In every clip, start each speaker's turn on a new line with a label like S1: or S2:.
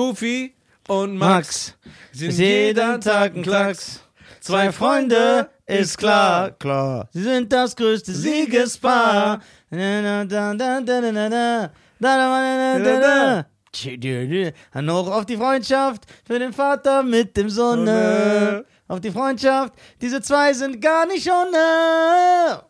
S1: Goofy und Max,
S2: Max,
S1: sind
S2: ist jeden Tag ein Klacks. Zwei Freunde, ist klar, Ne? klar. Sie sind das größte Siegespaar. Na, na, da, da, da, da, da, da. Da, da, da, da, da, da. Tschü, dü, dü. Dann hoch auf die Freundschaft für den Vater mit dem Sonne.
S1: Sonne.
S2: Auf die Freundschaft, diese zwei sind gar nicht ohne.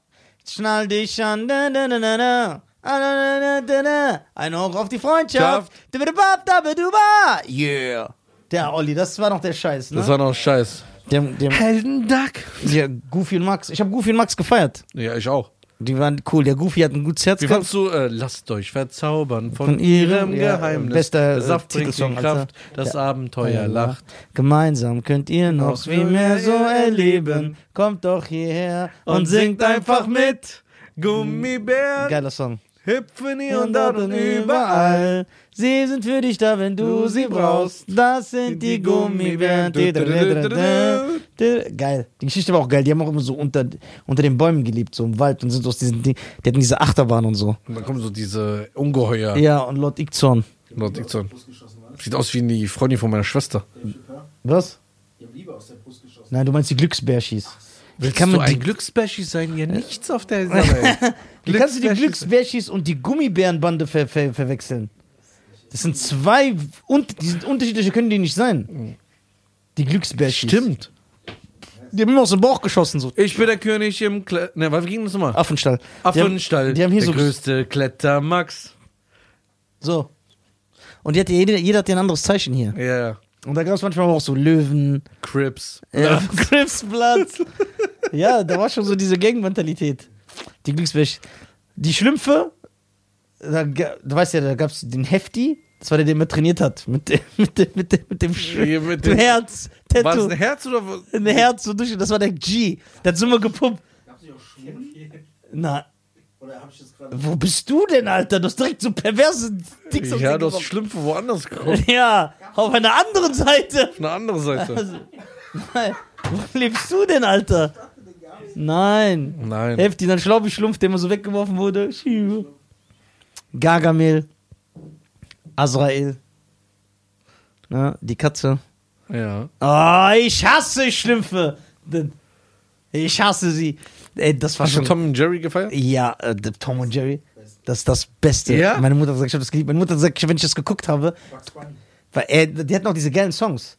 S2: Schnall dich an. Da, da, da, da, da. Ah, da, da, da, da, da. Ein Hoch auf die Freundschaft. Dibidibab, dabiduba. Yeah. Der Olli, das war noch der Scheiß,
S1: Das
S2: ne?
S1: war noch Scheiß.
S2: Dem, dem,
S1: Heldenduck.
S2: ja, Goofy und Max. Ich habe Goofy und Max gefeiert.
S1: Ja, ich auch.
S2: Die waren cool. Der Goofy hat ein gutes Herz
S1: Wie
S2: gehabt.
S1: fandst du, äh, lasst euch verzaubern von,
S2: Von ihrem,
S1: ihrem
S2: ja,
S1: Geheimnis.
S2: bester,
S1: Der Saft
S2: äh,
S1: bringt die
S2: Titelsong,
S1: Kraft,
S2: Alter.
S1: das
S2: Ja.
S1: Abenteuer lacht.
S2: Gemeinsam könnt ihr noch
S1: Noch
S2: viel mehr so
S1: mehr
S2: erleben.
S1: erleben.
S2: Kommt doch hierher und singt einfach mit.
S1: Gummibären,
S2: Geiler Song.
S1: hüpfen hier und dort und überall.
S2: Sie sind für dich da, wenn du sie brauchst. Das sind die Gummibären. Geil. Die Geschichte war auch geil. Die haben auch immer so unter, unter den Bäumen gelebt, so im Wald und sind aus diesen Ding. Die hatten diese Achterbahn und so.
S1: Und dann kommen so diese Ungeheuer.
S2: Ja, und Lord Ickzorn.
S1: Lord Dixon. Sieht aus wie die Freundin von meiner Schwester.
S2: Was?
S3: Die haben Liebe aus der Brust geschossen.
S2: Nein, du meinst die Glücksbärschis.
S1: Willst
S2: kann man
S1: du
S2: die- Äh.
S1: ein Glücksbäschi sein? Ja, nichts auf der Seite.
S2: Wie kannst du die Glücksbärschis und die Gummibärenbande ver ver verwechseln? Das sind zwei, und, die sind unterschiedliche, können die nicht sein. Die Glücksbärschis.
S1: Stimmt.
S2: Die haben immer aus dem Bauch geschossen, so
S1: Ich bin der König im Kle Ne, was ging das nochmal?
S2: Affenstall. Ah, Die haben-
S1: Affenstall.
S2: Die haben hier
S1: der
S2: so,
S1: größte Klettermax.
S2: so. Und die hat, jeder, jeder hat ja ein anderes Zeichen hier.
S1: Ja, yeah.
S2: Und da gab es manchmal auch so Löwen,
S1: Crips.
S2: äh, Gripsplatz. ja, da war schon so diese Gang-Mentalität. Die Glücksbärschis. Die Schlümpfe, da, ga- du weißt ja, da gab es den Hefti, das war der, der immer trainiert hat. Mit, dem- mit, dem- mit, dem- mit dem Sch-
S1: Hier mit
S2: Ein
S1: dem-
S2: Herz,
S1: War es
S2: Tattoo,
S1: ein Herz oder was?
S2: ein Herz so durch. Das war der G. Der hat so immer gepumpt.
S3: Gab's nicht auch Schmuli?
S2: Na,
S3: Oder hab ich das gerade.
S2: wo bist du denn, Alter? Du hast direkt so perverse Dicks aufs
S1: Ja,
S2: Ding
S1: du hast
S2: geworfen.
S1: Schlümpfe woanders gekommen.
S2: Ja, auf einer anderen Seite.
S1: Auf eine andere Seite.
S2: Also, nein, wo lebst du denn, Alter? Nein.
S1: Nein.
S2: Heftig, dann Schlaubi-Schlumpf, der immer so weggeworfen wurde. Schiu. Gargamel. Azrael. Na, die Katze.
S1: Ja.
S2: Oh, ich hasse Schlümpfe. Ich hasse sie. Ey, das war
S1: Hast du
S2: schon.
S1: Tom und Jerry gefeiert?
S2: Ja, äh, d- Tom und Jerry. Das ist das Beste.
S1: Ja?
S2: Meine Mutter hat gesagt, ich habe das geliebt. Meine Mutter hat gesagt, wenn ich das geguckt habe,
S3: Bugs Bunny.
S2: weil, äh, die hatten auch diese geilen Songs.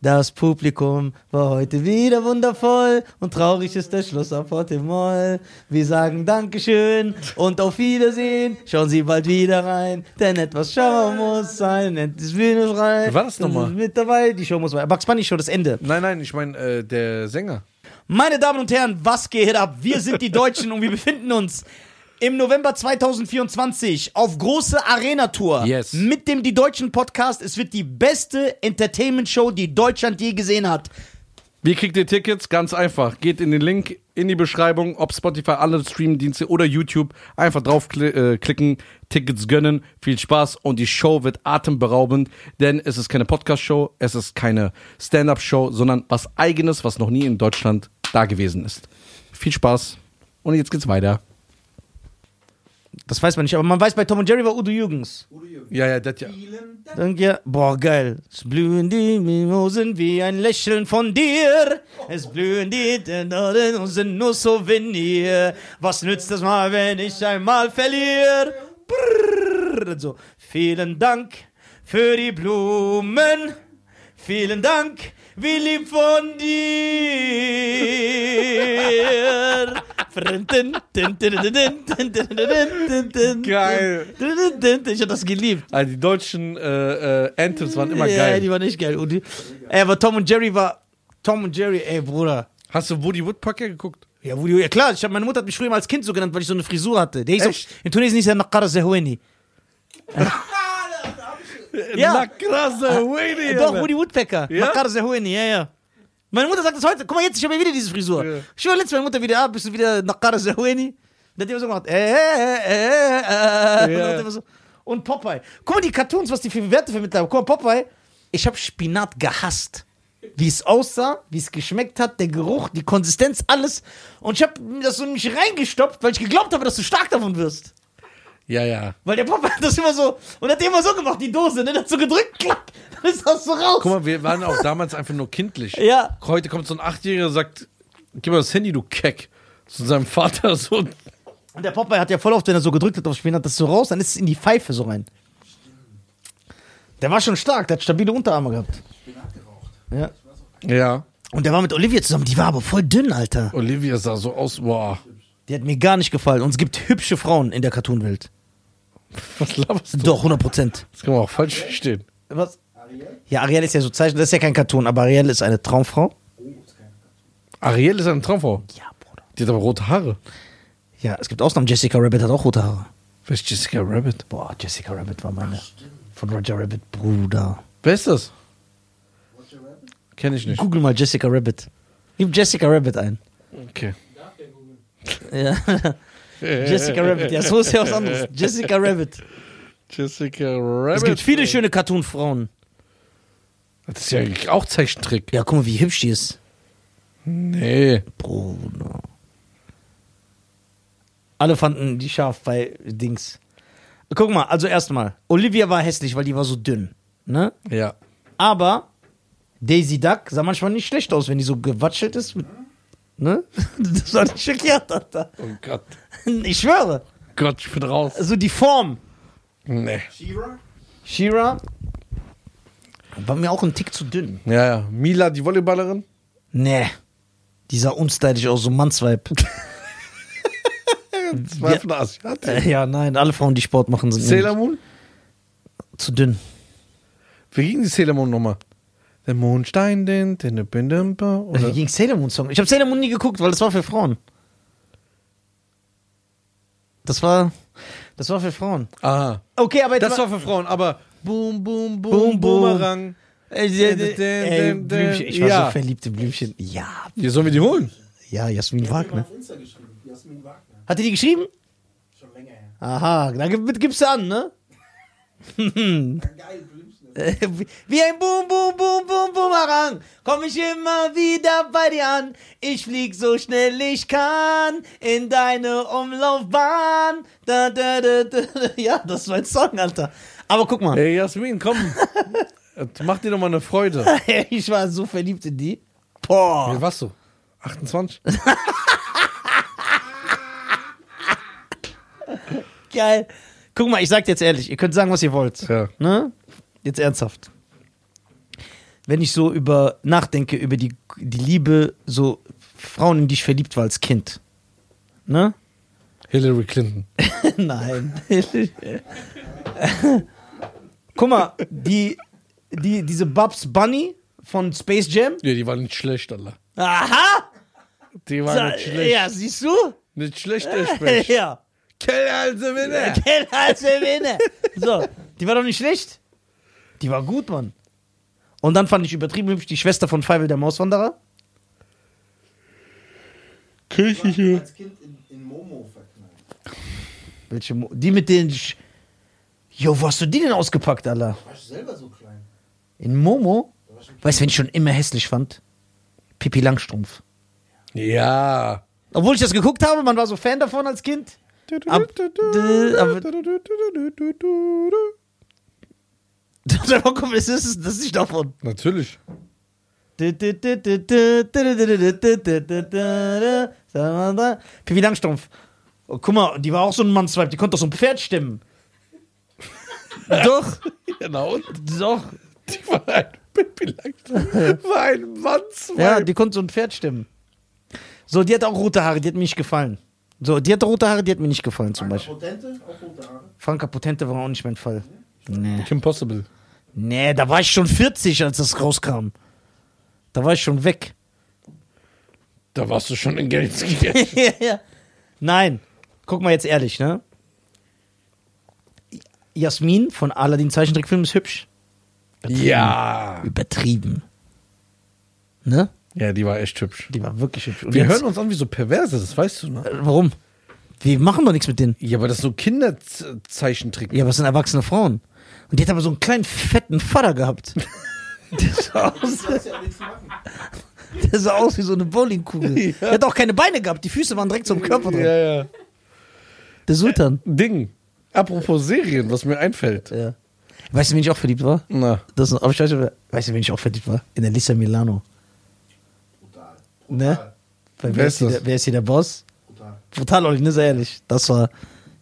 S2: Das Publikum war heute wieder wundervoll und traurig ist der Schlussabfahrt im Moll. Wir sagen Dankeschön und auf Wiedersehen. Schauen Sie bald wieder rein, denn etwas Schau muss sein. Endlich ist Bühne frei.
S1: Wie war das nochmal?
S2: Mit dabei, die Show muss weiter. Bugs Bunny Show, das Ende.
S1: Nein, nein, ich meine, äh, der Sänger.
S2: Meine Damen und Herren, was geht ab? Wir sind die Deutschen und wir befinden uns im November 2024 auf große Arena-Tour
S1: Yes.
S2: mit dem Die Deutschen Podcast. Es wird die beste Entertainment-Show, die Deutschland je gesehen hat.
S1: Wie kriegt ihr Tickets? Ganz einfach. Geht in den Link in die Beschreibung, ob Spotify, alle Streamdienste oder YouTube. Einfach draufklicken, Tickets gönnen. Viel Spaß und die Show wird atemberaubend, denn es ist keine Podcast-Show, es ist keine Stand-Up-Show, sondern was Eigenes, was noch nie in Deutschland da gewesen ist. Viel Spaß und jetzt geht's weiter.
S2: Das weiß man nicht, aber man weiß, bei Tom und Jerry war Udo Jürgens.
S3: Udo Jürgen.
S1: Ja, ja, das ja.
S3: Vielen Dank.
S2: Dann geh- boah, geil. Es blühen die Mimosen wie ein Lächeln von dir. Es blühen die Tendoren und sind nur Souvenir. Was nützt das mal, wenn ich einmal verliere? Brrrr. Und So, vielen Dank für die Blumen. Vielen Dank, wie lieb von dir.
S1: Geil.
S2: Ich hab das geliebt.
S1: Also die deutschen äh, äh, Anthems waren immer
S2: ja,
S1: geil.
S2: die war nicht geil. Und die, ey, aber Tom und Jerry war. Tom und Jerry, ey, Bruder.
S1: Hast du Woody Woodpecker geguckt?
S2: Ja, Woody, ja klar, ich hab, meine Mutter hat mich früher mal als Kind so genannt, weil ich so eine Frisur hatte. Der hieß auch,
S1: Echt?
S2: in Tunesien hieß er Nakara Zehweni. Ja. Ah,
S1: Na krasse Woody.
S2: Doch,
S1: Alter.
S2: Woody Woodpecker.
S1: ne. Ja?
S2: Nakara Zehweni, ja, ja. Meine Mutter sagt das heute. Guck mal, jetzt, ich habe wieder diese Frisur.
S1: Ja.
S2: Ich höre letztes Mal meine Mutter wieder, ah, bist du wieder Nakara Zehweni? Und hat die immer so gemacht, äh, äh, äh, äh.
S1: Ja.
S2: Und, hat immer so, und Popeye. Guck mal, die Cartoons, was die für Werte vermittelt haben. Guck mal, Popeye, ich habe Spinat gehasst. Wie es aussah, wie es geschmeckt hat, der Geruch, die Konsistenz, alles. Und ich habe das so in mich reingestopft, weil ich geglaubt habe, dass du stark davon wirst.
S1: Ja, ja.
S2: Weil der Papa hat das immer so, und hat die immer so gemacht, die Dose, ne? Dann hat so gedrückt, klack, dann ist das so raus.
S1: Guck mal, wir waren auch damals einfach nur kindlich.
S2: Ja.
S1: Heute kommt so ein Achtjähriger und sagt, gib mir das Handy, du Keck. Zu seinem Vater so.
S2: Und der Papa hat ja voll oft, wenn er so gedrückt hat aufs Spiel, hat das so raus, dann ist es in die Pfeife so rein. Der war schon stark, der hat stabile Unterarme gehabt.
S3: Ich bin abgeraucht.
S2: Ja.
S1: Ja.
S2: Und der war mit Olivia zusammen, die war aber voll dünn, Alter.
S1: Olivia sah so aus, boah.
S2: Die hat mir gar nicht gefallen. Und es gibt hübsche Frauen in der Cartoon-Welt.
S1: Was laberst du?
S2: Doch, 100 Prozent.
S1: Das kann man auch falsch verstehen.
S2: Was?
S3: Ariel?
S2: Ja, Ariel ist ja so Zeichen, das ist ja kein Cartoon, aber Ariel ist eine Traumfrau.
S3: Oh, ist kein
S1: Ariel ist eine Traumfrau.
S2: Ja, Bruder.
S1: Die hat aber rote Haare.
S2: Ja, es gibt Ausnahmen. Jessica Rabbit hat auch rote Haare.
S1: Wer ist Jessica Rabbit?
S2: Boah, Jessica Rabbit war meine. Von Roger Rabbit, Bruder.
S1: Wer ist das?
S3: Roger Rabbit?
S1: Kenne ich nicht.
S2: Google mal Jessica Rabbit. Gib Jessica Rabbit ein.
S1: Okay.
S2: Ja. Jessica Rabbit, ja, so ist ja was anderes. Jessica Rabbit.
S1: Jessica
S2: Es
S1: Rabbit.
S2: gibt viele schöne Cartoon-Frauen.
S1: Das ist ja eigentlich auch Zeichentrick.
S2: Ja, guck mal, wie hübsch die ist.
S1: Nee.
S2: Bruder. Alle fanden die scharf bei Dings. Guck mal, also erstmal, Olivia war hässlich, weil die war so dünn. Ne?
S1: Ja.
S2: Aber Daisy Duck sah manchmal nicht schlecht aus, wenn die so gewatschelt ist. Mit, ne? Das war nicht verkehrt, Alter.
S1: Oh Gott.
S2: Ich schwöre.
S1: Gott, ich bin raus.
S2: Also die Form.
S1: Nee.
S3: She-Ra?
S2: Shira war mir auch ein Tick zu dünn.
S1: Ja, ja. Mila, die Volleyballerin?
S2: Nee. Die sah unstylisch aus, so ein Mannsweib.
S1: Das war
S2: Ja.
S1: von der Asiatin.
S2: Äh, ja, nein, alle Frauen, die Sport machen, sind
S1: Sailor Moon?
S2: nämlich zu dünn.
S1: Wie ging die Sailor Moon nochmal? Der Mondstein, den, den, den, den, den,
S2: Oder?
S1: oder?
S2: Gegen Sailor Moon Song. Ich habe Sailor Moon nie geguckt, weil das war für Frauen. Das war, das war für Frauen.
S1: Aha.
S2: Okay, aber jetzt
S1: Das war für Frauen, aber Boom, Boom, Ah. Boom,
S2: Boom, boom.
S1: Boomerang.
S2: Ey,
S1: äh,
S2: äh,
S1: äh,
S2: äh, Blümchen. Ich war
S1: ja.
S2: so verliebt in Blümchen. Ja,
S1: Hier sollen wir die holen.
S2: ja, Jasmin
S3: Hat mir mal
S2: Wagner.
S3: auf Insta geschrieben. Jasmin Wagner.
S2: Hat die die geschrieben?
S3: Schon länger her.
S2: Aha, dann gib- gibst du an, ne?
S3: Ein geiles Blümchen.
S2: Äh, wie- Wie ein Boom, Boom, Boom, Boom, Boomerang komm ich immer wieder bei dir an. Ich flieg so schnell ich kann in deine Umlaufbahn. Da, da, da, da. Ja, das war ein Song, Alter. Aber guck mal,
S1: Ey, Jasmin, komm. Äh, Mach dir doch mal eine Freude.
S2: ich war so verliebt in die. Boah.
S1: Wie warst du? 28?
S2: Geil. Guck mal, ich sag dir jetzt ehrlich, ihr könnt sagen, was ihr wollt.
S1: Ja.
S2: Ne? Jetzt ernsthaft. Wenn ich so über nachdenke, über die, die Liebe, so Frauen, in die ich verliebt war als Kind. Ne?
S1: Hillary Clinton.
S2: Nein. Guck mal, die, die, diese Bubs Bunny von Space Jam.
S1: Ja, die war nicht schlecht, Alter.
S2: Aha!
S1: Die war nicht schlecht.
S2: Ja, siehst du?
S1: Nicht schlecht, der Specht.
S2: Ja.
S1: Kell also wieder.
S2: Kenn als Winne. So, die war doch nicht schlecht. Die war gut, Mann. Und dann fand ich übertrieben hübsch die Schwester von Feivel der Mauswanderer.
S3: Ich war
S1: Kirchliche.
S3: als Kind in, in Momo verknallt.
S2: Welche Mo die mit den. Sch jo, wo hast du die denn ausgepackt, Alter?
S3: Da war ich selber so klein.
S2: In Momo?
S3: Da war ich ein
S2: Weißt du, wenn ich schon immer hässlich fand? Pippi Langstrumpf.
S1: Ja.
S2: Obwohl ich das geguckt habe, man war so Fan davon als Kind. Ab- d- ab- Komm, das ist, das ist nicht davon.
S1: Natürlich.
S2: Pippi Langstrumpf. Oh, guck mal, die war auch so ein Mannsweib, die konnte auf so ein Pferd stimmen. doch,
S1: Genau. Und
S2: doch.
S1: die war ein Pippi Langstrumpf. War ein
S2: Ja,
S1: Mannsweib.
S2: die konnte so ein Pferd stimmen. So, die hat auch rote Haare, die hat mir nicht gefallen. So, die hatte rote Haare, die hat mir nicht gefallen zum
S3: Franka
S2: Beispiel.
S3: Potente, auch rote Haare.
S2: Franka Potente war auch nicht mein Fall. Nee.
S1: Kim Possible.
S2: Nee, da war ich schon 40, als das rauskam. Da war ich schon weg.
S1: Da warst du schon in Geld gegessen.
S2: ja, ja. Nein, guck mal jetzt ehrlich, ne? Jasmin von Aladdin Zeichentrickfilm ist hübsch.
S1: ja.
S2: Übertrieben. Ne?
S1: Ja, die war echt hübsch.
S2: Die war wirklich hübsch. Und
S1: Wir
S2: jetzt-
S1: hören uns an wie so Perverse, das weißt du, ne?
S2: Äh, Warum? Wir machen doch nichts mit denen.
S1: Ja, aber das ist so Kinderzeichentrick.
S2: Ja, was sind erwachsene Frauen? Und die hat aber so einen kleinen, fetten Vater gehabt. Der sah aus,
S3: Du kannst ja auch nichts machen.
S2: der sah aus wie so eine Bowlingkugel.
S1: Ja.
S2: Der hat auch keine Beine gehabt. Die Füße waren direkt zum Körper drin.
S1: ja.
S2: Der Sultan.
S1: Ding. Apropos Serien, was mir einfällt.
S2: Ja. Weißt du, wen ich auch verliebt war?
S1: Na.
S2: Das, aber ich weiß, nicht, wer- weißt du, wen ich auch verliebt war? In der Lisa Milano.
S3: Brutal. Brutal.
S2: Ne? Weil wer,
S1: Wer
S2: ist
S1: ist
S2: hier
S1: das?
S2: der, wer ist hier der Boss?
S3: Brutal.
S2: Brutal, Olli, ne? Sei ehrlich. Das war,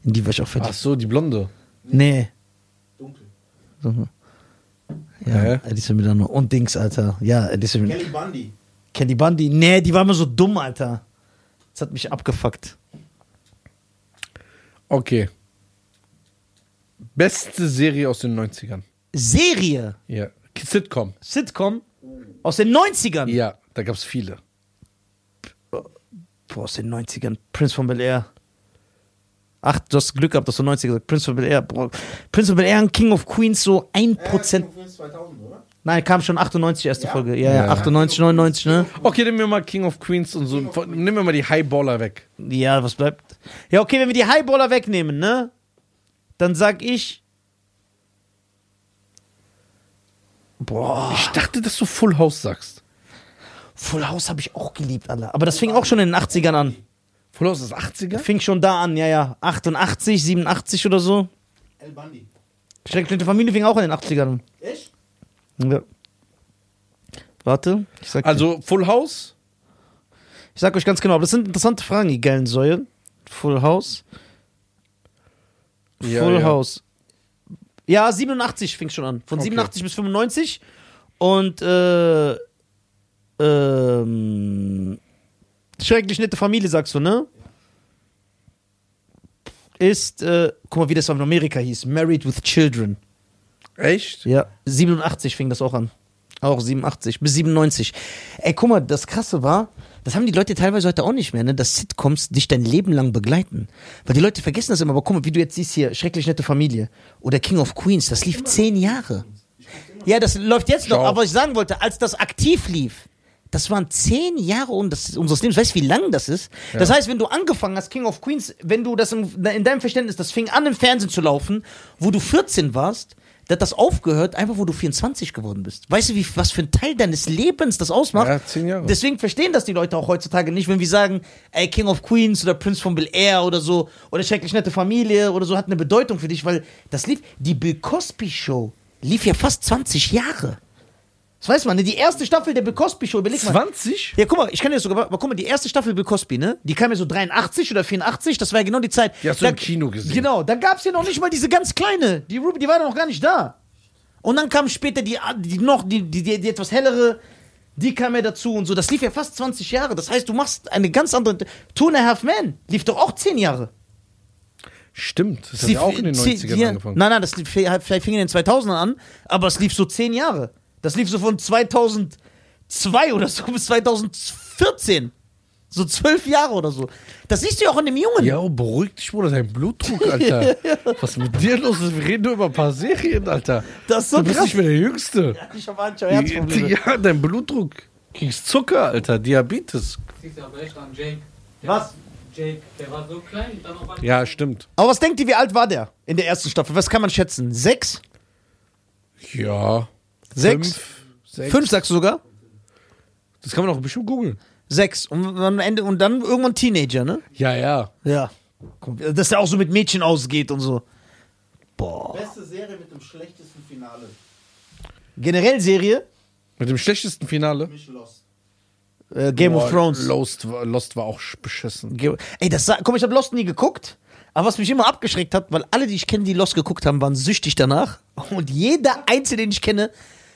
S2: in die war ich auch verliebt.
S1: Ach so, die Blonde.
S2: Nee.
S3: Dunkel.
S2: So.
S1: Hä?
S2: Ja, Alicia Milano. Und Dings, Alter. Ja, Alicia Milano.
S3: Kelly Bundy.
S2: Candy Bundy. Nee, die war immer so dumm, Alter. Das hat mich abgefuckt.
S1: Okay. Beste Serie aus den 90ern.
S2: Serie.
S1: Ja. Sitcom.
S2: Sitcom. Aus den 90ern.
S1: Ja, da gab's viele.
S2: Boah, aus den 90ern. Prince von Bel Air. Ach, du hast Glück gehabt, dass du 90 gesagt hast. Prince von Bel Air. Boah. Prince von Bel Air und King of Queens so 1%.
S3: Äh, King of Queens 2000, oder?
S2: Nein, kam schon 98 erste
S3: Ja?
S2: Folge. Ja, ja,
S1: Ja.
S2: 98, 99, ne?
S1: Okay, nehmen wir mal King of Queens und so. Nehmen wir mal die Highballer weg.
S2: Ja, was bleibt? Ja, okay, wenn wir die Highballer wegnehmen, ne? Dann sag ich. Boah,
S1: Ich dachte, dass du Full House sagst.
S2: Full House habe ich auch geliebt, Alter. Aber das fing auch schon in den 80ern an.
S1: Full House ist 80er?
S2: Fing schon da an, ja, ja. 88, 87 oder so.
S3: El Bundy.
S2: Schreckliche Familie fing auch in den 80ern
S3: Ich?
S2: an. Ja. Warte, ich sag,
S1: Also Full House?
S2: ich sag euch ganz genau, aber das sind interessante Fragen, die geilen Säue. Full House.
S1: Ja,
S2: Full
S1: ja.
S2: House. Ja, 87 fing schon an. Von
S1: Okay.
S2: 87 bis 95. Und äh, ähm, schrecklich nette Familie, sagst du, ne? Ist, äh, guck mal, wie das in Amerika hieß. Married with Children.
S1: Echt?
S2: Ja, 87 fing das auch an. Auch 87 bis 97. Ey, guck mal, das Krasse war, das haben die Leute teilweise heute auch nicht mehr, ne? dass Sitcoms dich dein Leben lang begleiten. Weil die Leute vergessen das immer. Aber guck mal, wie du jetzt siehst hier, Schrecklich Nette Familie oder King of Queens, das lief zehn Jahre. Ja, das läuft jetzt noch.
S1: Schau.
S2: Aber was ich sagen wollte, als das aktiv lief, das waren zehn Jahre un- das- unseres Lebens. Weißt du, wie lang das ist? Das heißt, wenn du angefangen hast, King of Queens, wenn du das im, in deinem Verständnis, das fing an im Fernsehen zu laufen, wo du 14 warst, da hat das aufgehört, einfach wo du 24 geworden bist. Weißt du, wie, was für ein Teil deines Lebens das ausmacht?
S1: Ja, zehn Jahre.
S2: Deswegen verstehen das die Leute auch heutzutage nicht, wenn wir sagen, ey, King of Queens oder Prince von Bel Air oder so oder schrecklich nette Familie oder so hat eine Bedeutung für dich, weil das lief, die Bill Cosby Show lief ja fast 20 Jahre. Das weiß man, ne? Die erste Staffel der Bill Cosby Show, überleg mal.
S1: 20?
S2: Ja, guck mal, ich kann dir das sogar, aber guck mal, die erste Staffel Bill Cosby, ne? Die kam ja so 83 oder 84, das war ja genau die Zeit.
S1: Die hast du
S2: Da-
S1: im Kino gesehen.
S2: Genau, da gab's ja noch nicht mal diese ganz kleine. Die Ruby, die war ja noch gar nicht da. Und dann kam später die, die noch, die, die, die, die etwas hellere, die kam ja dazu und so. Das lief ja fast 20 Jahre. Das heißt, du machst eine ganz andere. Two and a Half Men lief doch auch 10 Jahre.
S1: Stimmt. Das hat
S2: Sie-
S1: ja auch in den
S2: sie-
S1: 90ern
S2: sie-
S1: angefangen.
S2: Nein, nein, das lief, halt vielleicht fing in den 2000ern an, aber es lief so zehn Jahre. Das lief so von 2002 oder so bis 2014. So zwölf Jahre oder so. Das siehst du ja auch in dem Jungen.
S1: Ja, oh, beruhig dich, Bruder, dein Blutdruck, Alter. Was ist mit dir los? ist? Wir reden nur über ein paar Serien, Alter.
S2: Das ist so
S1: du bist
S2: krass.
S1: nicht mehr der Jüngste.
S2: Ich habe manchmal Herzprobleme.
S1: Ja, dein Blutdruck. Kriegst Zucker, Alter, Diabetes.
S4: Sieht aber echt an Jake. Der
S2: Was?
S4: Jake, der war so klein, dann auf einmal.
S1: Ja, stimmt.
S2: Aber was denkt ihr, wie alt war der in der ersten Staffel? Was kann man schätzen? Sechs?
S1: Ja.
S2: Sechs?
S1: Fünf, sechs.
S2: Fünf sagst du sogar?
S1: Das kann man doch bestimmt googeln.
S2: Sechs. Und, am Ende, und dann irgendwann Teenager, ne?
S1: Ja, ja.
S2: Ja. Dass der auch so mit Mädchen ausgeht und so. Boah.
S3: Beste Serie mit dem schlechtesten Finale.
S2: Generell Serie?
S1: Mit dem schlechtesten Finale.
S3: Mich lost.
S2: Äh, Game
S1: Boah,
S2: of Thrones.
S1: Lost, war- Lost war auch sch- beschissen.
S2: Ge- Ey, das sah, komm, ich habe Lost nie geguckt. Aber was mich immer abgeschreckt hat, weil alle, die ich kenne, die Lost geguckt haben, waren süchtig danach. Und jeder Einzelne, den ich kenne,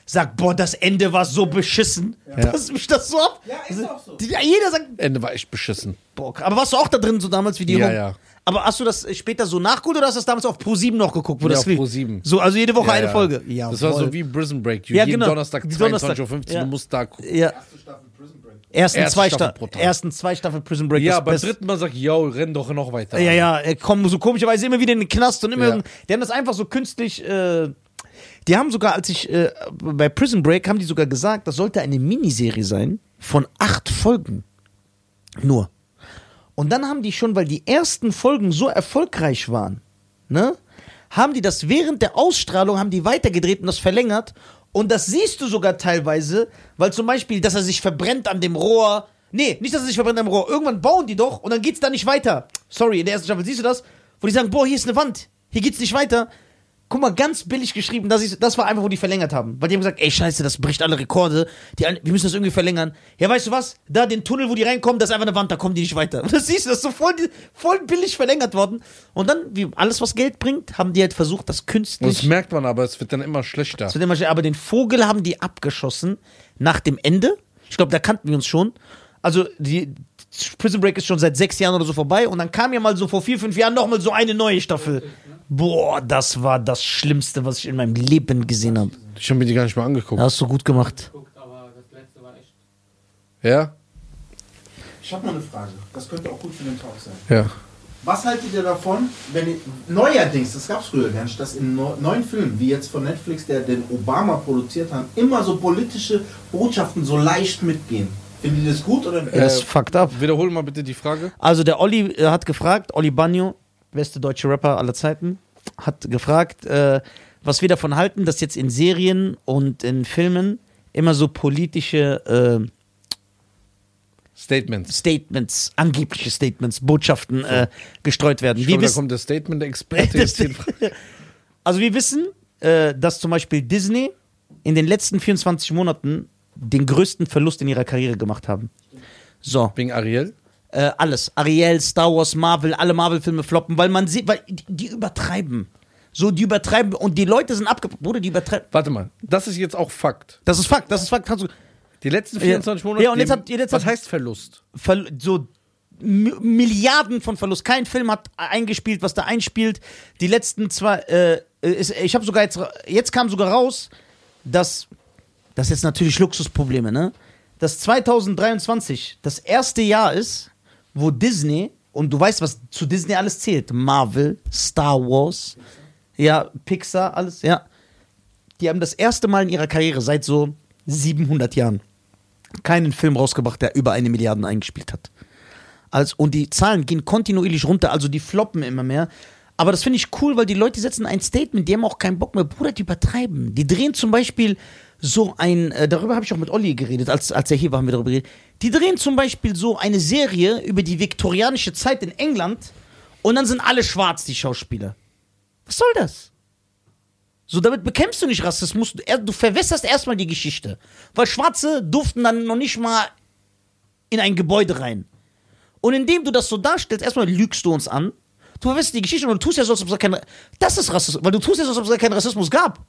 S2: sagt, boah, das Ende war so beschissen. Dass mich das so ab. Also,
S3: Ja, ist auch so.
S2: Die- Jeder sagt,
S1: Ende war echt beschissen.
S2: boah. Aber warst du auch da drin, so damals wie die
S1: Ja,
S2: rum?
S1: ja.
S2: Aber hast du das äh, später so nachgeholt oder hast du das damals auf Pro 7 noch geguckt, wo
S1: Ja,
S2: das
S1: auf
S2: lief?
S1: ProSieben.
S2: So, also jede Woche
S1: Ja,
S2: eine
S1: ja.
S2: Folge.
S1: Das war
S2: Jawohl.
S1: so wie Prison Break.
S2: Ja,
S1: Jeden
S2: genau.
S1: Donnerstag
S2: Die Donnerstag.
S1: 22.15 Uhr,
S2: Ja.
S1: du musst da gucken.
S2: Ja,
S3: Erste Staffel Prison Break.
S2: ersten
S1: Erste
S2: zwei,
S1: Staffel
S2: Sta
S1: pro Tag.
S2: ersten zwei Staffel Prison Break.
S1: Äh, Ja,
S2: das
S1: beim
S2: Beste.
S1: dritten Mal sag ich, yo, renn doch noch weiter.
S2: Ja, ja, er kommen so komischerweise immer wieder in den Knast und immer.
S1: Ja.
S2: irgend- Die haben das einfach so künstlich. Äh, die haben sogar, als ich äh, bei Prison Break, haben die sogar gesagt, das sollte eine Miniserie sein von acht Folgen. Nur. Und dann haben die schon, weil die ersten Folgen so erfolgreich waren, ne, haben die das während der Ausstrahlung, haben die weitergedreht und das verlängert. Und das siehst du sogar teilweise, weil zum Beispiel, dass er sich verbrennt an dem Rohr. Nee, nicht, dass er sich verbrennt am Rohr. Irgendwann bauen die doch und dann geht's da nicht weiter. Sorry, in der ersten Staffel siehst du das, wo die sagen, boah, hier ist eine Wand. Hier hier geht's nicht weiter. Guck mal, ganz billig geschrieben, das, ist, das war einfach, wo die verlängert haben. Weil die haben gesagt, ey, scheiße, das bricht alle Rekorde. Die, alle- wir müssen das irgendwie verlängern. Ja, weißt du was? Da, den Tunnel, wo die reinkommen, da ist einfach eine Wand, da kommen die nicht weiter. Und das siehst du, das ist so voll, voll billig verlängert worden. Und dann, wie alles, was Geld bringt, haben die halt versucht, das
S1: Und das
S2: künstlich
S1: merkt man aber, es wird dann immer schlechter.
S2: zu dem Beispiel, aber den Vogel haben die abgeschossen nach dem Ende. Ich glaube, da kannten wir uns schon. Also die Prison Break ist schon seit sechs Jahren oder so vorbei und dann kam ja mal so vor vier, fünf Jahren nochmal so eine neue Staffel. Boah, das war das Schlimmste, was ich in meinem Leben gesehen habe.
S1: Ich habe mir die gar nicht mal angeguckt.
S2: Hast du gut gemacht.
S4: geguckt, aber das letzte war echt.
S1: Ja?
S3: Ich habe mal eine Frage. Das könnte auch gut für den Talk sein.
S1: Ja.
S3: Was haltet ihr davon, wenn ihr, neuerdings, das gab es früher gar nicht, dass in neu- neuen Filmen, wie jetzt von Netflix, der den Obama produziert hat, immer so politische Botschaften so leicht mitgehen? Findet ihr das gut oder nicht?
S2: Ja, das fucked up.
S1: Wiederhol mal bitte die Frage.
S2: Also der Olli äh, hat gefragt, Olli Bagno, beste deutsche Rapper aller Zeiten, hat gefragt, äh, was wir davon halten, dass jetzt in Serien und in Filmen immer so politische äh,
S1: Statements.
S2: Statements, angebliche Statements, Botschaften äh, gestreut werden.
S1: Ich
S2: wir
S1: glaube, da
S2: wissen,
S1: kommt der Statement-Experte jetzt hin.
S2: also wir wissen, äh, dass zum Beispiel Disney in den letzten 24 Monaten den größten Verlust in ihrer Karriere gemacht haben. So,
S1: Wegen Ariel?
S2: äh, alles. Ariel, Star Wars, Marvel, alle Marvel-Filme floppen, weil man sieht, weil die, die übertreiben. So, die übertreiben und die Leute sind abge... Bruder, die übertreiben.
S1: Warte mal, das ist jetzt auch Fakt.
S2: Das ist Fakt, das ist Fakt. Kannst du,
S1: Die letzten 24 Monate.
S2: Ja, und jetzt habt ihr- jetzt
S1: was
S2: habt-
S1: heißt Verlust?
S2: Verl so M Milliarden von Verlust. Kein Film hat eingespielt, was da einspielt. Die letzten zwei, äh, ist, ich habe sogar jetzt, ra- jetzt kam sogar raus, dass, das ist jetzt natürlich Luxusprobleme, ne? Dass 2023 das erste Jahr ist, wo Disney, und du weißt, was zu Disney alles zählt, Marvel, Star Wars, ja, Pixar, alles, ja. Die haben das erste Mal in ihrer Karriere seit so 700 Jahren keinen Film rausgebracht, der über eine Milliarde eingespielt hat. Als, und die Zahlen gehen kontinuierlich runter, also die floppen immer mehr. Aber das finde ich cool, weil die Leute setzen ein Statement, die haben auch keinen Bock mehr. Bruder, die übertreiben. Die drehen zum Beispiel so ein, äh, darüber habe ich auch mit Olli geredet, als, als er hier war, haben wir darüber geredet. Die drehen zum Beispiel so eine Serie über die viktorianische Zeit in England und dann sind alle schwarz, die Schauspieler. Was soll das? So, damit bekämpfst du nicht Rassismus. Du, er- du verwässerst erstmal die Geschichte. Weil Schwarze durften dann noch nicht mal in ein Gebäude rein. Und indem du das so darstellst, erstmal lügst du uns an. Du verwässerst die Geschichte und du tust ja so, als ob es kein. Das ist Rassismus. Weil du tust ja so, als ob es gar keinen Rassismus gab.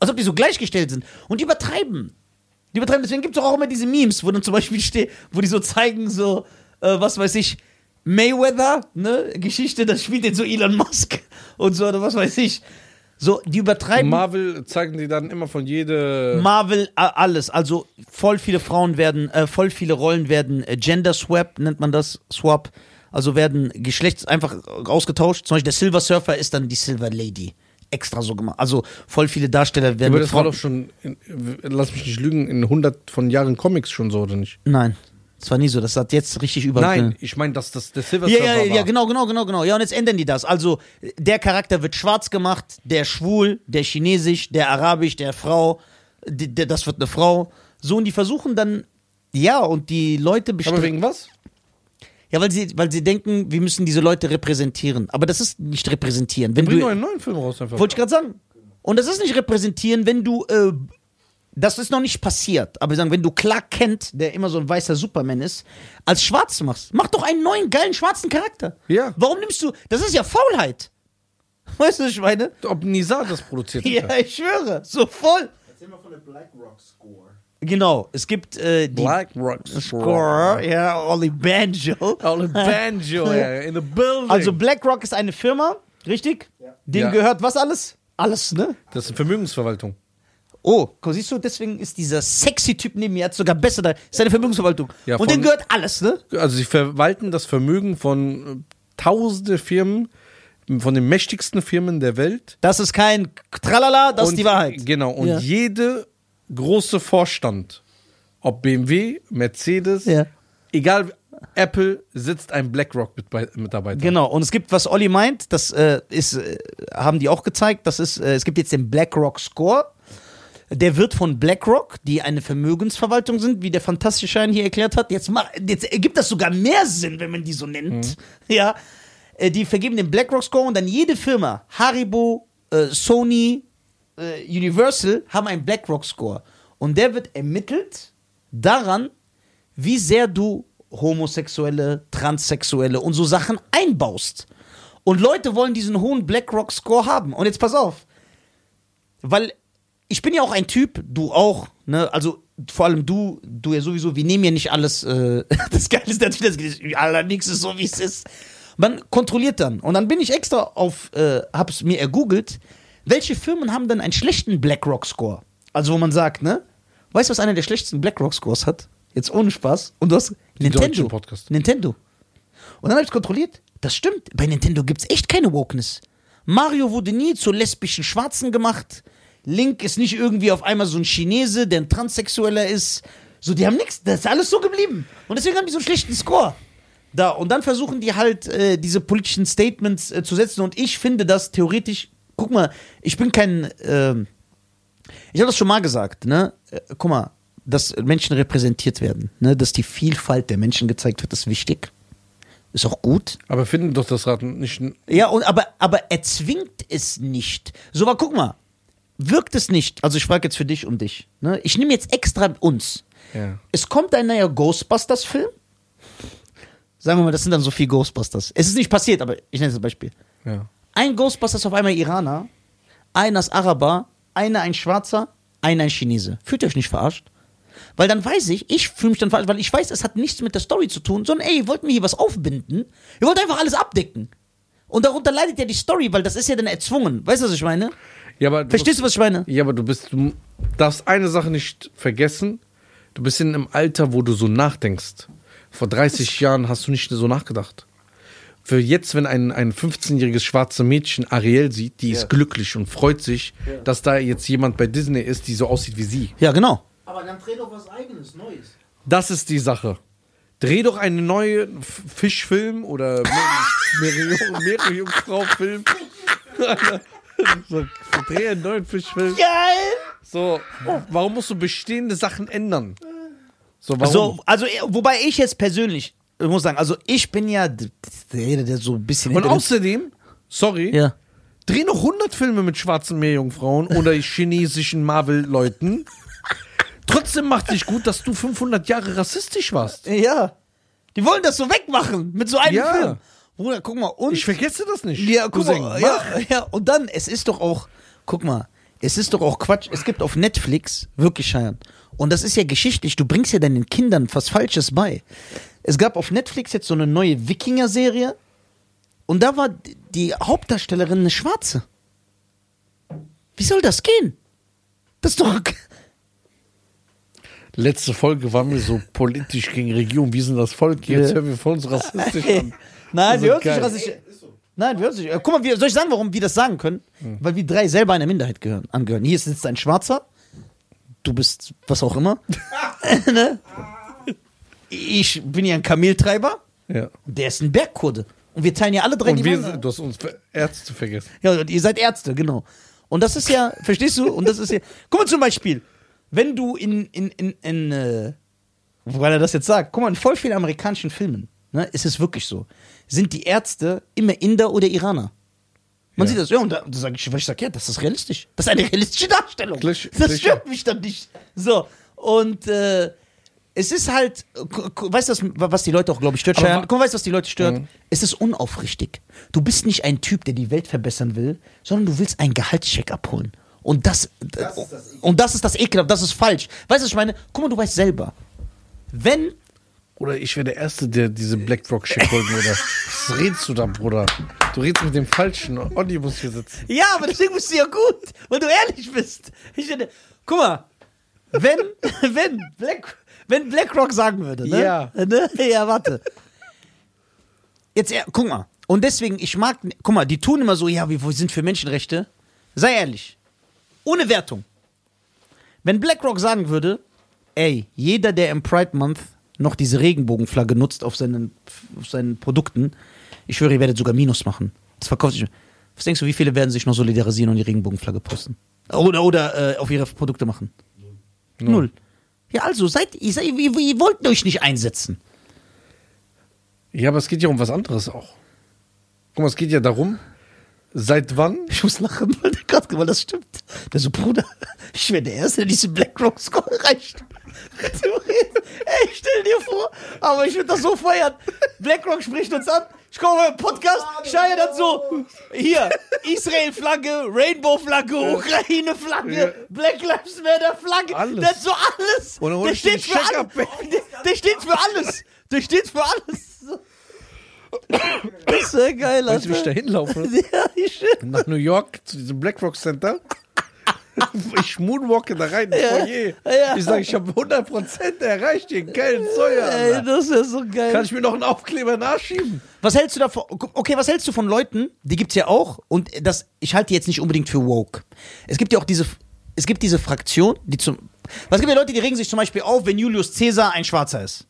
S2: Als ob die so gleichgestellt sind. Und die übertreiben. Die übertreiben. Deswegen gibt es auch immer diese Memes, wo dann zum Beispiel steht, wo die so zeigen, so, äh, was weiß ich, Mayweather, ne, Geschichte, das spielt den so Elon Musk und so, oder was weiß ich. So, die übertreiben.
S1: Marvel zeigen die dann immer von jede.
S2: Marvel, a- alles. Also voll viele Frauen werden, äh, voll viele Rollen werden äh, Gender Swap, nennt man das, Swap. Also werden Geschlechts einfach ausgetauscht. Zum Beispiel der Silver Surfer ist dann die Silver Lady. Extra so gemacht. Also voll viele Darsteller werden.
S1: aber
S2: mit
S1: das war
S2: Frauen-
S1: doch schon, in, lass mich nicht lügen, in 100 von Jahren Comics schon so, oder nicht?
S2: Nein, das war nie so. Das hat jetzt richtig über.
S1: Nein, ich meine, dass das der Silver
S2: Ja,
S1: Surfer
S2: ja,
S1: war.
S2: ja, genau, genau, genau, genau. Ja, und jetzt ändern die das. Also, der Charakter wird schwarz gemacht, der schwul, der chinesisch, der arabisch, der Frau, die, der, das wird eine Frau. So, und die versuchen dann, ja, und die Leute
S1: Aber
S2: bestimmen.
S1: wegen was?
S2: Ja, weil sie, weil sie denken, wir müssen diese Leute repräsentieren. Aber das ist nicht repräsentieren. Wenn
S1: Bring
S2: du,
S1: nur einen neuen Film raus einfach.
S2: wollte ich gerade sagen. Und das ist nicht repräsentieren, wenn du, äh, das ist noch nicht passiert. Aber wir sagen, wenn du Clark Kent, der immer so ein weißer Superman ist, als schwarz machst, mach doch einen neuen, geilen, schwarzen Charakter.
S1: Ja.
S2: Warum nimmst du, das ist ja Faulheit. Weißt du, was ich meine?
S1: Ob Nizar das produziert hat.
S2: Ja, ich schwöre, so voll.
S3: Erzähl mal von der Black Rock Score.
S2: Genau, es gibt äh, die
S1: Black Rock
S2: Score, ja, Olli Banjo.
S1: All Banjo ey, in the building.
S2: Also BlackRock ist eine Firma, richtig?
S3: Ja.
S2: Dem
S1: Ja.
S2: gehört was alles? Alles, ne?
S1: das ist eine Vermögensverwaltung.
S2: Oh, guck, siehst du, deswegen ist dieser sexy Typ neben mir jetzt sogar besser da. Ist eine Vermögensverwaltung.
S1: Ja,
S2: Und dem
S1: von-
S2: gehört alles, ne?
S1: Also sie verwalten das Vermögen von äh, tausende Firmen, von den mächtigsten Firmen der Welt.
S2: Das ist kein Tralala, das
S1: Und-
S2: ist die Wahrheit.
S1: Genau, und
S2: Ja.
S1: jede große Vorstand, ob BMW, Mercedes,
S2: Ja.
S1: egal, Apple, sitzt ein BlackRock-Mitarbeiter.
S2: Genau, und es gibt, was Olli meint, das äh, ist, äh, haben die auch gezeigt, das ist, äh, es gibt jetzt den BlackRock Score. Der wird von BlackRock, die eine Vermögensverwaltung sind, wie der fantastische Schein hier erklärt hat. Jetzt, mach, jetzt ergibt das sogar mehr Sinn, wenn man die so nennt. Ja. Äh, die vergeben den BlackRock Score und dann jede Firma, Haribo, äh, Sony, äh, Universal, haben einen BlackRock Score. Und der wird ermittelt daran, wie sehr du Homosexuelle, Transsexuelle und so Sachen einbaust. Und Leute wollen diesen hohen BlackRock Score haben. Und jetzt pass auf. Weil ich bin ja auch ein Typ, du auch, ne? Also vor allem du, du ja sowieso, wir nehmen ja nicht alles. Äh, das Geile ist natürlich, das allernix ist so, wie es ist. Man kontrolliert dann. Und dann bin ich extra auf, äh, hab's mir ergoogelt, welche Firmen haben denn einen schlechten BlackRock-Score? Also wo man sagt, ne? Weißt du, was einer der schlechtesten BlackRock-Scores hat? Jetzt ohne Spaß. Und du hast Nintendo.
S1: deutschen Podcast.
S2: Nintendo. Und dann habe ich kontrolliert. Das stimmt. Bei Nintendo gibt es echt keine Wokeness. Mario wurde nie zu lesbischen Schwarzen gemacht. Link ist nicht irgendwie auf einmal so ein Chinese, der ein Transsexueller ist. So, die haben nichts. Das ist alles so geblieben. Und deswegen haben die so einen schlechten Score. Da. Und dann versuchen die halt, äh, diese politischen Statements äh, zu setzen. Und ich finde das theoretisch. Guck mal, ich bin kein. ähm, ich habe das schon mal gesagt, ne? Äh, Guck mal, dass Menschen repräsentiert werden, ne? Dass die Vielfalt der Menschen gezeigt wird, ist wichtig. Ist auch gut.
S1: Aber finden doch das Raten nicht. n-
S2: Ja, und aber, aber er zwingt es nicht. So, aber guck mal, wirkt es nicht. Also ich frage jetzt für dich um dich. Ne? Ich nehme jetzt extra uns.
S1: Ja.
S2: Es kommt ein neuer Ghostbusters-Film. Sagen wir mal, das sind dann so viele Ghostbusters. Es ist nicht passiert, aber ich nenne es ein Beispiel.
S1: ja.
S2: Ein Ghostbuster ist auf einmal Iraner, einer ist Araber, einer ein Schwarzer, einer ein Chinese. Fühlt ihr euch nicht verarscht? Weil dann weiß ich, ich fühle mich dann verarscht, weil ich weiß, es hat nichts mit der Story zu tun, sondern ey, ihr wollt mir hier was aufbinden. Ihr wollt einfach alles abdecken. Und darunter leidet ja die Story, weil das ist ja dann erzwungen. Weißt du, was ich meine?
S1: ja aber
S2: Verstehst du, was ich meine?
S1: Ja, aber du bist, du darfst eine Sache nicht vergessen. Du bist in einem Alter, wo du so nachdenkst. Vor 30 Jahren hast du nicht so nachgedacht. Für jetzt, wenn ein, ein 15-jähriges schwarzes Mädchen Ariel sieht, die ist glücklich und freut sich, dass da jetzt jemand bei Disney ist, die so aussieht wie sie.
S2: Ja, genau.
S3: Aber dann dreh doch was eigenes, Neues.
S1: Das ist die Sache. Dreh doch einen neuen F- Fischfilm oder Meerjungfrau-Film. so, dreh einen neuen Fischfilm.
S2: Geil!
S1: So, warum musst du bestehende Sachen ändern? So, warum?
S2: So, also, eh, wobei ich jetzt persönlich, ich muss sagen, also ich bin ja d- der, der so ein bisschen.
S1: und
S2: hinter dem-
S1: außerdem, sorry,
S2: ja.
S1: dreh noch 100 Filme mit schwarzen Meerjungfrauen oder chinesischen Marvel-Leuten. Trotzdem macht sich gut, dass du 500 Jahre rassistisch warst.
S2: Ja. Die wollen das so wegmachen mit so einem
S1: Ja.
S2: Film. Bruder, guck mal, und
S1: Ich vergesse das nicht.
S2: ja, guck
S1: Cousin,
S2: mal,
S1: mach.
S2: ja, ja, und dann es ist doch auch, guck mal, es ist doch auch Quatsch. Es gibt auf Netflix wirklich Scheiern. Und das ist ja geschichtlich, du bringst ja deinen Kindern was falsches bei. Es gab auf Netflix jetzt so eine neue Wikinger Serie und da war d- die Hauptdarstellerin eine schwarze. Wie soll das gehen? Das ist doch
S1: Letzte Folge waren wir so politisch gegen Regierung, wir sind das Volk. Jetzt
S2: Ja.
S1: hören wir von uns rassistisch an.
S2: Nein,
S1: sind
S2: wir hören sich
S1: geil.
S2: rassistisch. Nein, wir hören sich. Guck mal, wir, soll ich sagen, warum wir das sagen können?
S1: Hm.
S2: Weil wir drei selber einer Minderheit gehören, angehören. Hier sitzt ein Schwarzer. Du bist was auch immer. ne? Ich bin ja ein Kameltreiber.
S1: Ja.
S2: Der ist ein Bergkurde. Und wir teilen ja alle drei
S1: Und
S2: die
S1: wir,
S2: Wange.
S1: sind- du hast uns ver- Ärzte vergessen.
S2: Ja, und ihr seid Ärzte, genau. Und das ist ja, verstehst du? Und das ist ja. Guck mal zum Beispiel, wenn du in, in, in, in äh, weil er das jetzt sagt, guck mal, in voll vielen amerikanischen Filmen, ne, ist es wirklich so, sind die Ärzte immer Inder oder Iraner. Man
S1: Ja.
S2: sieht das, ja, und da, da sage ich, weil ich sage, ja, das ist realistisch. Das ist eine realistische Darstellung.
S1: Klisch-
S2: das
S1: Klischee.
S2: stört mich dann nicht. So, und äh, es ist halt, gu- gu- weißt du, was- was die Leute auch, glaube ich, stört?
S1: Aber
S2: Scheiern?
S1: wa- Mhm.
S2: Guck mal, weißt du, was die Leute stört? Es ist unaufrichtig. Du bist nicht ein Typ, der die Welt verbessern will, sondern du willst einen Gehaltscheck abholen. Und das,
S3: Das ist das Ekelhafte.
S2: und das ist das Ekelhaft, das ist falsch. Weißt du, was ich meine? Guck mal, du weißt selber. Wenn,
S1: Oder ich wäre der Erste, der diese blackrock shit holen würde. Was redest du da, Bruder? Du redest mit dem Falschen. Olli muss hier sitzen.
S2: ja, aber deswegen bist du ja gut, weil du ehrlich bist. Ich finde, guck mal, wenn, wenn, Black, wenn BlackRock sagen würde, ne?
S1: Ja.
S2: Ne? Ja, warte. Jetzt, ja, guck mal. Und deswegen, ich mag, guck mal, die tun immer so, ja, wir sind für Menschenrechte. Sei ehrlich. Ohne Wertung. Wenn BlackRock sagen würde, ey, jeder, der im Pride Month noch diese Regenbogenflagge nutzt auf seinen, auf seinen Produkten, ich höre, ihr werdet sogar Minus machen. Das verkauft sich. Was denkst du, wie viele werden sich noch solidarisieren und die Regenbogenflagge posten? Oder, oder äh, auf ihre Produkte machen? Null. Ja, also, seid, ihr, seid, ihr, ihr wollt euch nicht einsetzen.
S1: Ja, aber es geht ja um was anderes auch. Guck mal, es geht ja darum, seit wann?
S2: Ich muss lachen, weil, der Gott, weil das stimmt. Der so, Bruder, ich wäre der Erste, der diese Black Rock Score erreicht. Theoretisch. Ey, stell dir vor, aber ich würde das so feiern. Black Rock spricht uns an. Ich komme im Podcast, schreie dann so, hier, Israel-Flagge, Rainbow-Flagge, Ukraine-Flagge, Black Lives Matter-Flagge.
S1: Alles.
S2: Das ist so alles.
S1: Und dann hol
S2: der
S1: ich den
S2: steht für
S1: Check
S2: alles.
S1: ab,
S2: Der, der steht für alles. Der steht für alles. Das ist ja geil,
S1: Willst du mich da
S2: Alter.
S1: hinlaufen?
S2: Ja, ich
S1: Nach New York zu diesem BlackRock Center? Ich moonwalke da rein,
S2: Ja,
S1: Foyer.
S2: ja.
S1: Ich sage, ich habe 100% erreicht, ihr geilen Säuer.
S2: Ey,
S1: Alter.
S2: das ist ja so geil.
S1: Kann ich mir noch einen Aufkleber nachschieben?
S2: was hältst du davon? Okay, was hältst du von Leuten? Die gibt's ja auch und das ich halte die jetzt nicht unbedingt für woke. Es gibt ja auch diese es gibt diese Fraktion, die zum Was gibt ja Leute, die regen sich zum Beispiel auf, wenn Julius Caesar ein Schwarzer ist,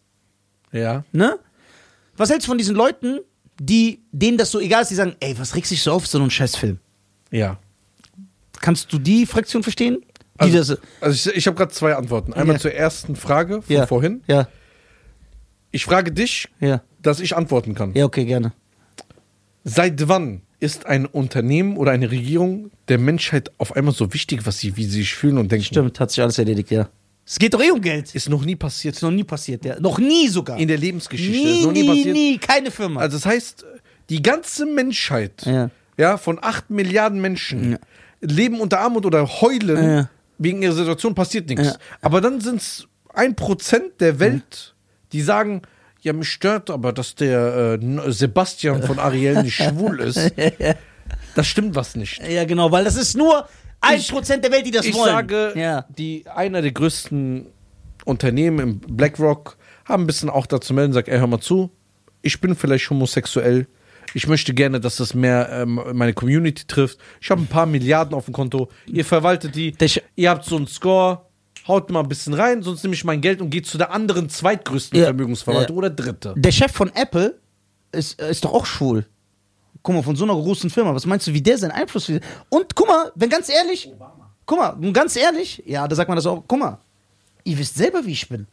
S1: Ja.
S2: ne? Was hältst du von diesen Leuten, die denen das so egal ist, die sagen, ey, was regst du dich so auf so einen Scheißfilm?
S1: Ja.
S2: Kannst du die Fraktion verstehen? Die
S1: Also,
S2: das
S1: also ich, ich habe gerade zwei Antworten. Einmal
S2: Ja.
S1: zur ersten Frage von
S2: ja.
S1: vorhin.
S2: Ja.
S1: Ich frage dich,
S2: Ja.
S1: dass ich antworten kann.
S2: Ja, okay, gerne.
S1: Seit wann ist ein Unternehmen oder eine Regierung der Menschheit auf einmal so wichtig, was sie, wie sie sich fühlen und denken?
S2: Stimmt, hat sich alles erledigt, ja. Es geht doch eh um Geld. Ist
S1: Ist noch nie passiert.
S2: noch nie passiert, ja. Noch nie sogar.
S1: In der Lebensgeschichte. ist
S2: nie,
S1: noch nie,
S2: nie,
S1: passiert.
S2: nie, keine Firma.
S1: Also das heißt, die ganze Menschheit,
S2: Ja.
S1: ja, von 8 Milliarden Menschen, leben unter Armut oder heulen
S2: Ja.
S1: wegen ihrer Situation, passiert nichts.
S2: Ja.
S1: Aber dann sind es ein Prozent der Welt, die sagen, ja, mich stört aber, dass der äh, N- Sebastian von Ariel nicht schwul ist. Das stimmt was nicht.
S2: Ja, genau, weil das ist nur ein Prozent der Welt, die das
S1: Ich
S2: wollen.
S1: sage,
S2: ja.
S1: die, einer der größten Unternehmen im BlackRock haben ein bisschen auch dazu melden, sagt, ey, hör mal zu, ich bin vielleicht homosexuell. Ich möchte gerne, dass das mehr ähm, meine Community trifft. Ich habe ein paar Milliarden auf dem Konto. Ihr verwaltet die.
S2: Der Sch-
S1: ihr habt so einen Score. Haut mal ein bisschen rein, sonst nehme ich mein Geld und gehe zu der anderen zweitgrößten
S2: Ja.
S1: Vermögensverwaltung
S2: Ja.
S1: oder dritte.
S2: Der Chef von Apple ist, äh, ist doch auch schwul. Guck mal, von so einer großen Firma, was meinst du, wie der seinen Einfluss Und guck mal, wenn ganz ehrlich, guck mal, nun ganz ehrlich, ja, da sagt man das auch, guck mal, ihr wisst selber, wie ich bin.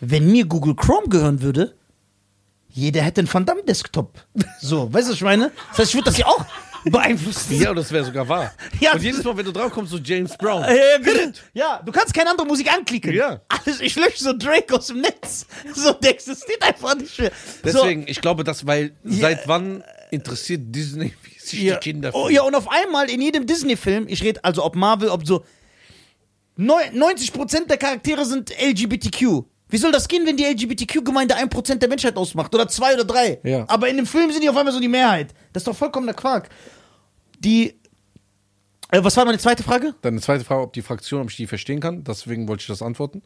S2: Wenn mir Google Chrome gehören würde, jeder hätte einen Van Damme Desktop. So, weißt du, was ich meine? Das heißt, ich würde das ja auch beeinflussen.
S1: Ja, und das wäre sogar wahr.
S2: Ja.
S1: Und jedes Mal, wenn du draufkommst, so James Brown.
S2: Ja, ja, genau. ja, du kannst keine andere Musik anklicken.
S1: Äh, Ja.
S2: Alles, ich lösche so Drake aus dem Netz. So, der existiert einfach nicht mehr.
S1: Deswegen, ich glaube, das, weil seit wann interessiert Disney, wie sich
S2: so, ja.
S1: die Kinder
S2: Oh, ja, und auf einmal in jedem Disney-Film, ich rede also ob Marvel, ob so, neu- 90% der Charaktere sind LGBTQ. Wie soll das gehen, wenn die LGBTQ-Gemeinde 1% der Menschheit ausmacht? Oder zwei oder drei?
S1: Ja.
S2: Aber in dem Film sind die auf einmal so die Mehrheit. Das ist doch vollkommener Quark. Die. Äh, was war meine zweite Frage?
S1: Deine zweite Frage, ob die Fraktion, ob ich die verstehen kann, deswegen wollte ich das antworten.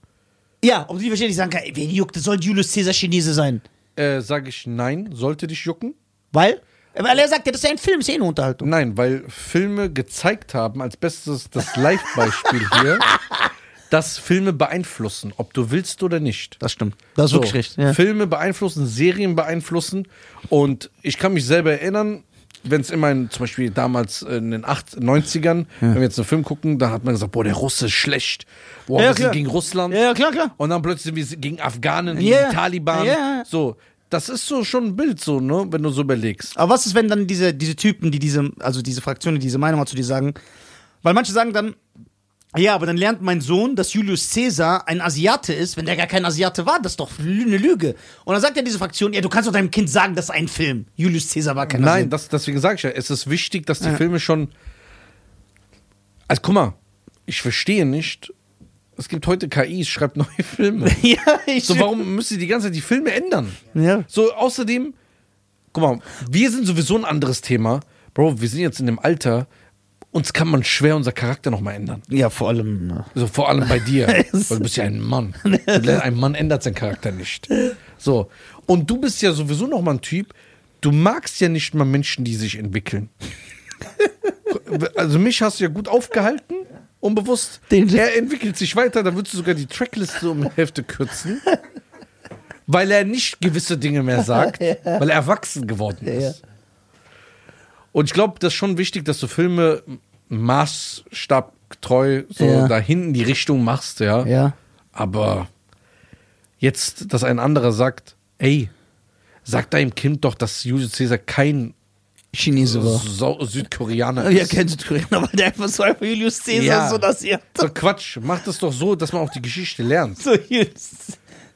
S2: Ja, ob die verstehen, die sagen, ey, wen juckt, das soll Julius Caesar Chinese sein.
S1: Äh, Sage ich nein, sollte dich jucken?
S2: Weil? Weil er sagt ja, das ist ja ein Film, ist eh eine Unterhaltung.
S1: Nein, weil Filme gezeigt haben, als bestes das Live-Beispiel hier, dass Filme beeinflussen, ob du willst oder nicht.
S2: Das stimmt. Das ist
S1: So,
S2: wirklich recht. Ja.
S1: Filme beeinflussen, Serien beeinflussen. Und ich kann mich selber erinnern, wenn es immer in, zum Beispiel damals in den 8, 90ern, wenn wir jetzt einen Film gucken, dann hat man gesagt, boah, der Russe ist schlecht. Boah,
S2: Ja,
S1: wir sind
S2: klar.
S1: gegen Russland.
S2: Ja, klar, klar.
S1: Und dann plötzlich sind wir gegen Afghanen, gegen
S2: Ja.
S1: die Taliban.
S2: Ja.
S1: So, das ist so schon ein Bild, so, ne, wenn du so überlegst.
S2: Aber was ist, wenn dann diese, diese Typen, die diese, also diese Fraktionen, die diese Meinung hat, zu dir sagen, weil manche sagen dann, ja, aber dann lernt mein Sohn, dass Julius Caesar ein Asiate ist, wenn der gar kein Asiate war, das ist doch lü- eine Lüge. Und dann sagt ja diese Fraktion, ja, du kannst doch deinem Kind sagen, das ist ein Film. Julius Caesar war kein
S1: Nein,
S2: Asiate.
S1: das, deswegen sage ich ja, es ist wichtig, dass die Filme schon. Also guck mal, ich verstehe nicht. Es gibt heute KIs, schreibt neue Filme.
S2: Ja, ich
S1: So, warum müsst ihr die ganze Zeit die Filme ändern?
S2: Ja.
S1: So, außerdem, guck mal, wir sind sowieso ein anderes Thema. Bro, wir sind jetzt in dem Alter, uns kann man schwer unser Charakter nochmal ändern.
S2: Ja, vor allem. äh, ja.
S1: So, vor allem bei dir. weil du bist ja ein Mann. ein Mann ändert seinen Charakter nicht. So. Und du bist ja sowieso nochmal ein Typ, du magst ja nicht mal Menschen, die sich entwickeln. Also mich hast du ja gut aufgehalten, unbewusst.
S2: Den-
S1: er entwickelt sich weiter, da würdest du sogar die Trackliste um die Hälfte kürzen. Weil er nicht gewisse Dinge mehr sagt, weil er erwachsen geworden ist. Und ich glaube, das ist schon wichtig, dass du Filme maßstabtreu so
S2: Ja.
S1: dahin in die Richtung machst, ja.
S2: Ja.
S1: Aber jetzt, dass ein anderer sagt, ey, sag deinem Kind doch, dass Julius Caesar kein
S2: Chinese war.
S1: Sau Südkoreaner
S2: Ja,
S1: ist.
S2: kein Südkoreaner, weil der einfach so einfach Julius Caesar
S1: Ja.
S2: so das hier.
S1: So Quatsch, macht es doch so, dass man auch die Geschichte lernt.
S2: So Julius.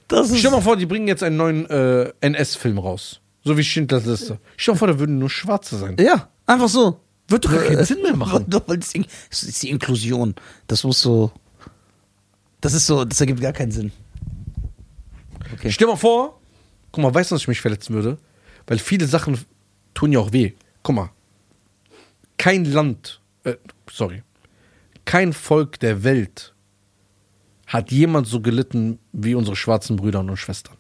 S2: Das ist.
S1: Stell dir mal vor, die bringen jetzt einen neuen äh, NS-Film raus. So wie Schindlers Liste. Stell dir mal vor, da würden nur Schwarze sein.
S2: Ja, einfach so.
S1: Wird doch gar keinen Sinn mehr machen.
S2: Doch, weil das Ding- Äh, das ist die Inklusion. Das muss so. Das ist so, das ergibt gar keinen Sinn. Okay.
S1: Stell dir mal vor, guck mal, weißt du, dass ich mich verletzen würde? Weil viele Sachen tun ja auch weh. Guck mal, kein Land, äh, sorry, kein Volk der Welt hat jemand so gelitten wie unsere schwarzen Brüder und Schwestern.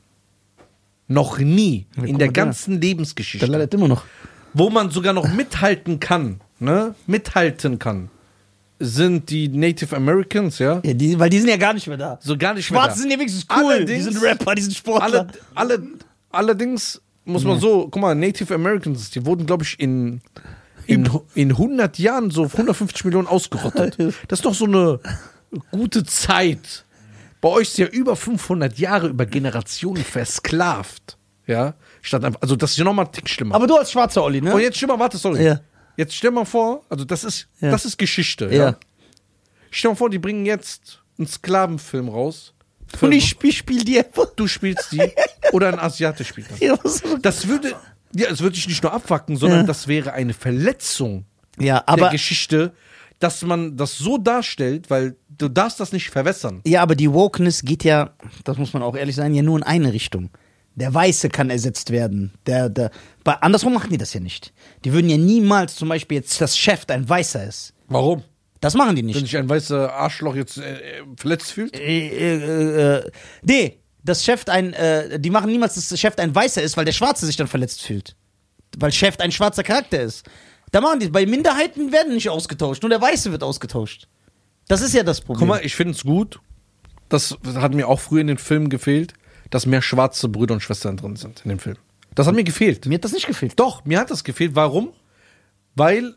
S1: Noch nie in
S2: guck
S1: der
S2: mal da.
S1: ganzen Lebensgeschichte.
S2: Der leidet immer noch.
S1: wo man sogar noch mithalten kann, ne? Mithalten kann, sind die Native Americans, ja?
S2: Ja, die, weil die sind ja gar nicht mehr da.
S1: So gar nicht mehr.
S2: Schwarze
S1: da.
S2: sind ja wenigstens cool.
S1: Allerdings-
S2: die sind Rapper, die sind Sportler.
S1: Alle, alle, allerdings muss man so, guck mal, Native Americans, die wurden, glaube ich, in, in, in 100 Jahren so auf 150 Millionen ausgerottet. Das ist doch so eine gute Zeit. Bei euch ist ja über 500 Jahre über Generationen versklavt. Ja, statt einfach, also das ist ja nochmal einen Tick schlimmer.
S2: Aber du als Schwarzer, Olli, ne?
S1: Und Oh, jetzt stell mal, warte, sorry.
S2: Ja.
S1: Jetzt stell mal vor, also das ist,
S2: Ja.
S1: das ist Geschichte. Ja.
S2: ja.
S1: Stell mal vor, die bringen jetzt einen Sklavenfilm raus.
S2: Und ich spiel, spiel die einfach.
S1: du spielst die oder ein Asiate spielt das.
S2: Ja, was-
S1: Das würde, ja, es würde dich nicht nur abwacken, sondern
S2: Ja.
S1: das wäre eine Verletzung
S2: ja
S1: der
S2: aber,
S1: Geschichte, dass man das so darstellt, weil du darfst das nicht verwässern.
S2: ja, aber die Wokeness geht ja, das muss man auch ehrlich sein, ja nur in eine Richtung. Der Weiße kann ersetzt werden. Der, der, bei, andersrum machen die das ja nicht. Die würden ja niemals zum Beispiel jetzt, dass Chef ein Weißer ist.
S1: Warum?
S2: Das machen die nicht.
S1: Wenn sich ein weißer Arschloch jetzt äh, äh, verletzt fühlt?
S2: äh, äh, äh, nee, das Chef ein, äh, die machen niemals, dass der Chef ein Weißer ist, weil der Schwarze sich dann verletzt fühlt. Weil Chef ein schwarzer Charakter ist. Da machen die, bei Minderheiten werden nicht ausgetauscht, nur der Weiße wird ausgetauscht. Das ist ja das Problem.
S1: Guck mal, ich finde es gut. Das hat mir auch früher in den Filmen gefehlt, dass mehr schwarze Brüder und Schwestern drin sind in dem Film. Das hat mir gefehlt.
S2: mir hat das nicht gefehlt.
S1: Doch, mir hat das gefehlt. Warum? Weil,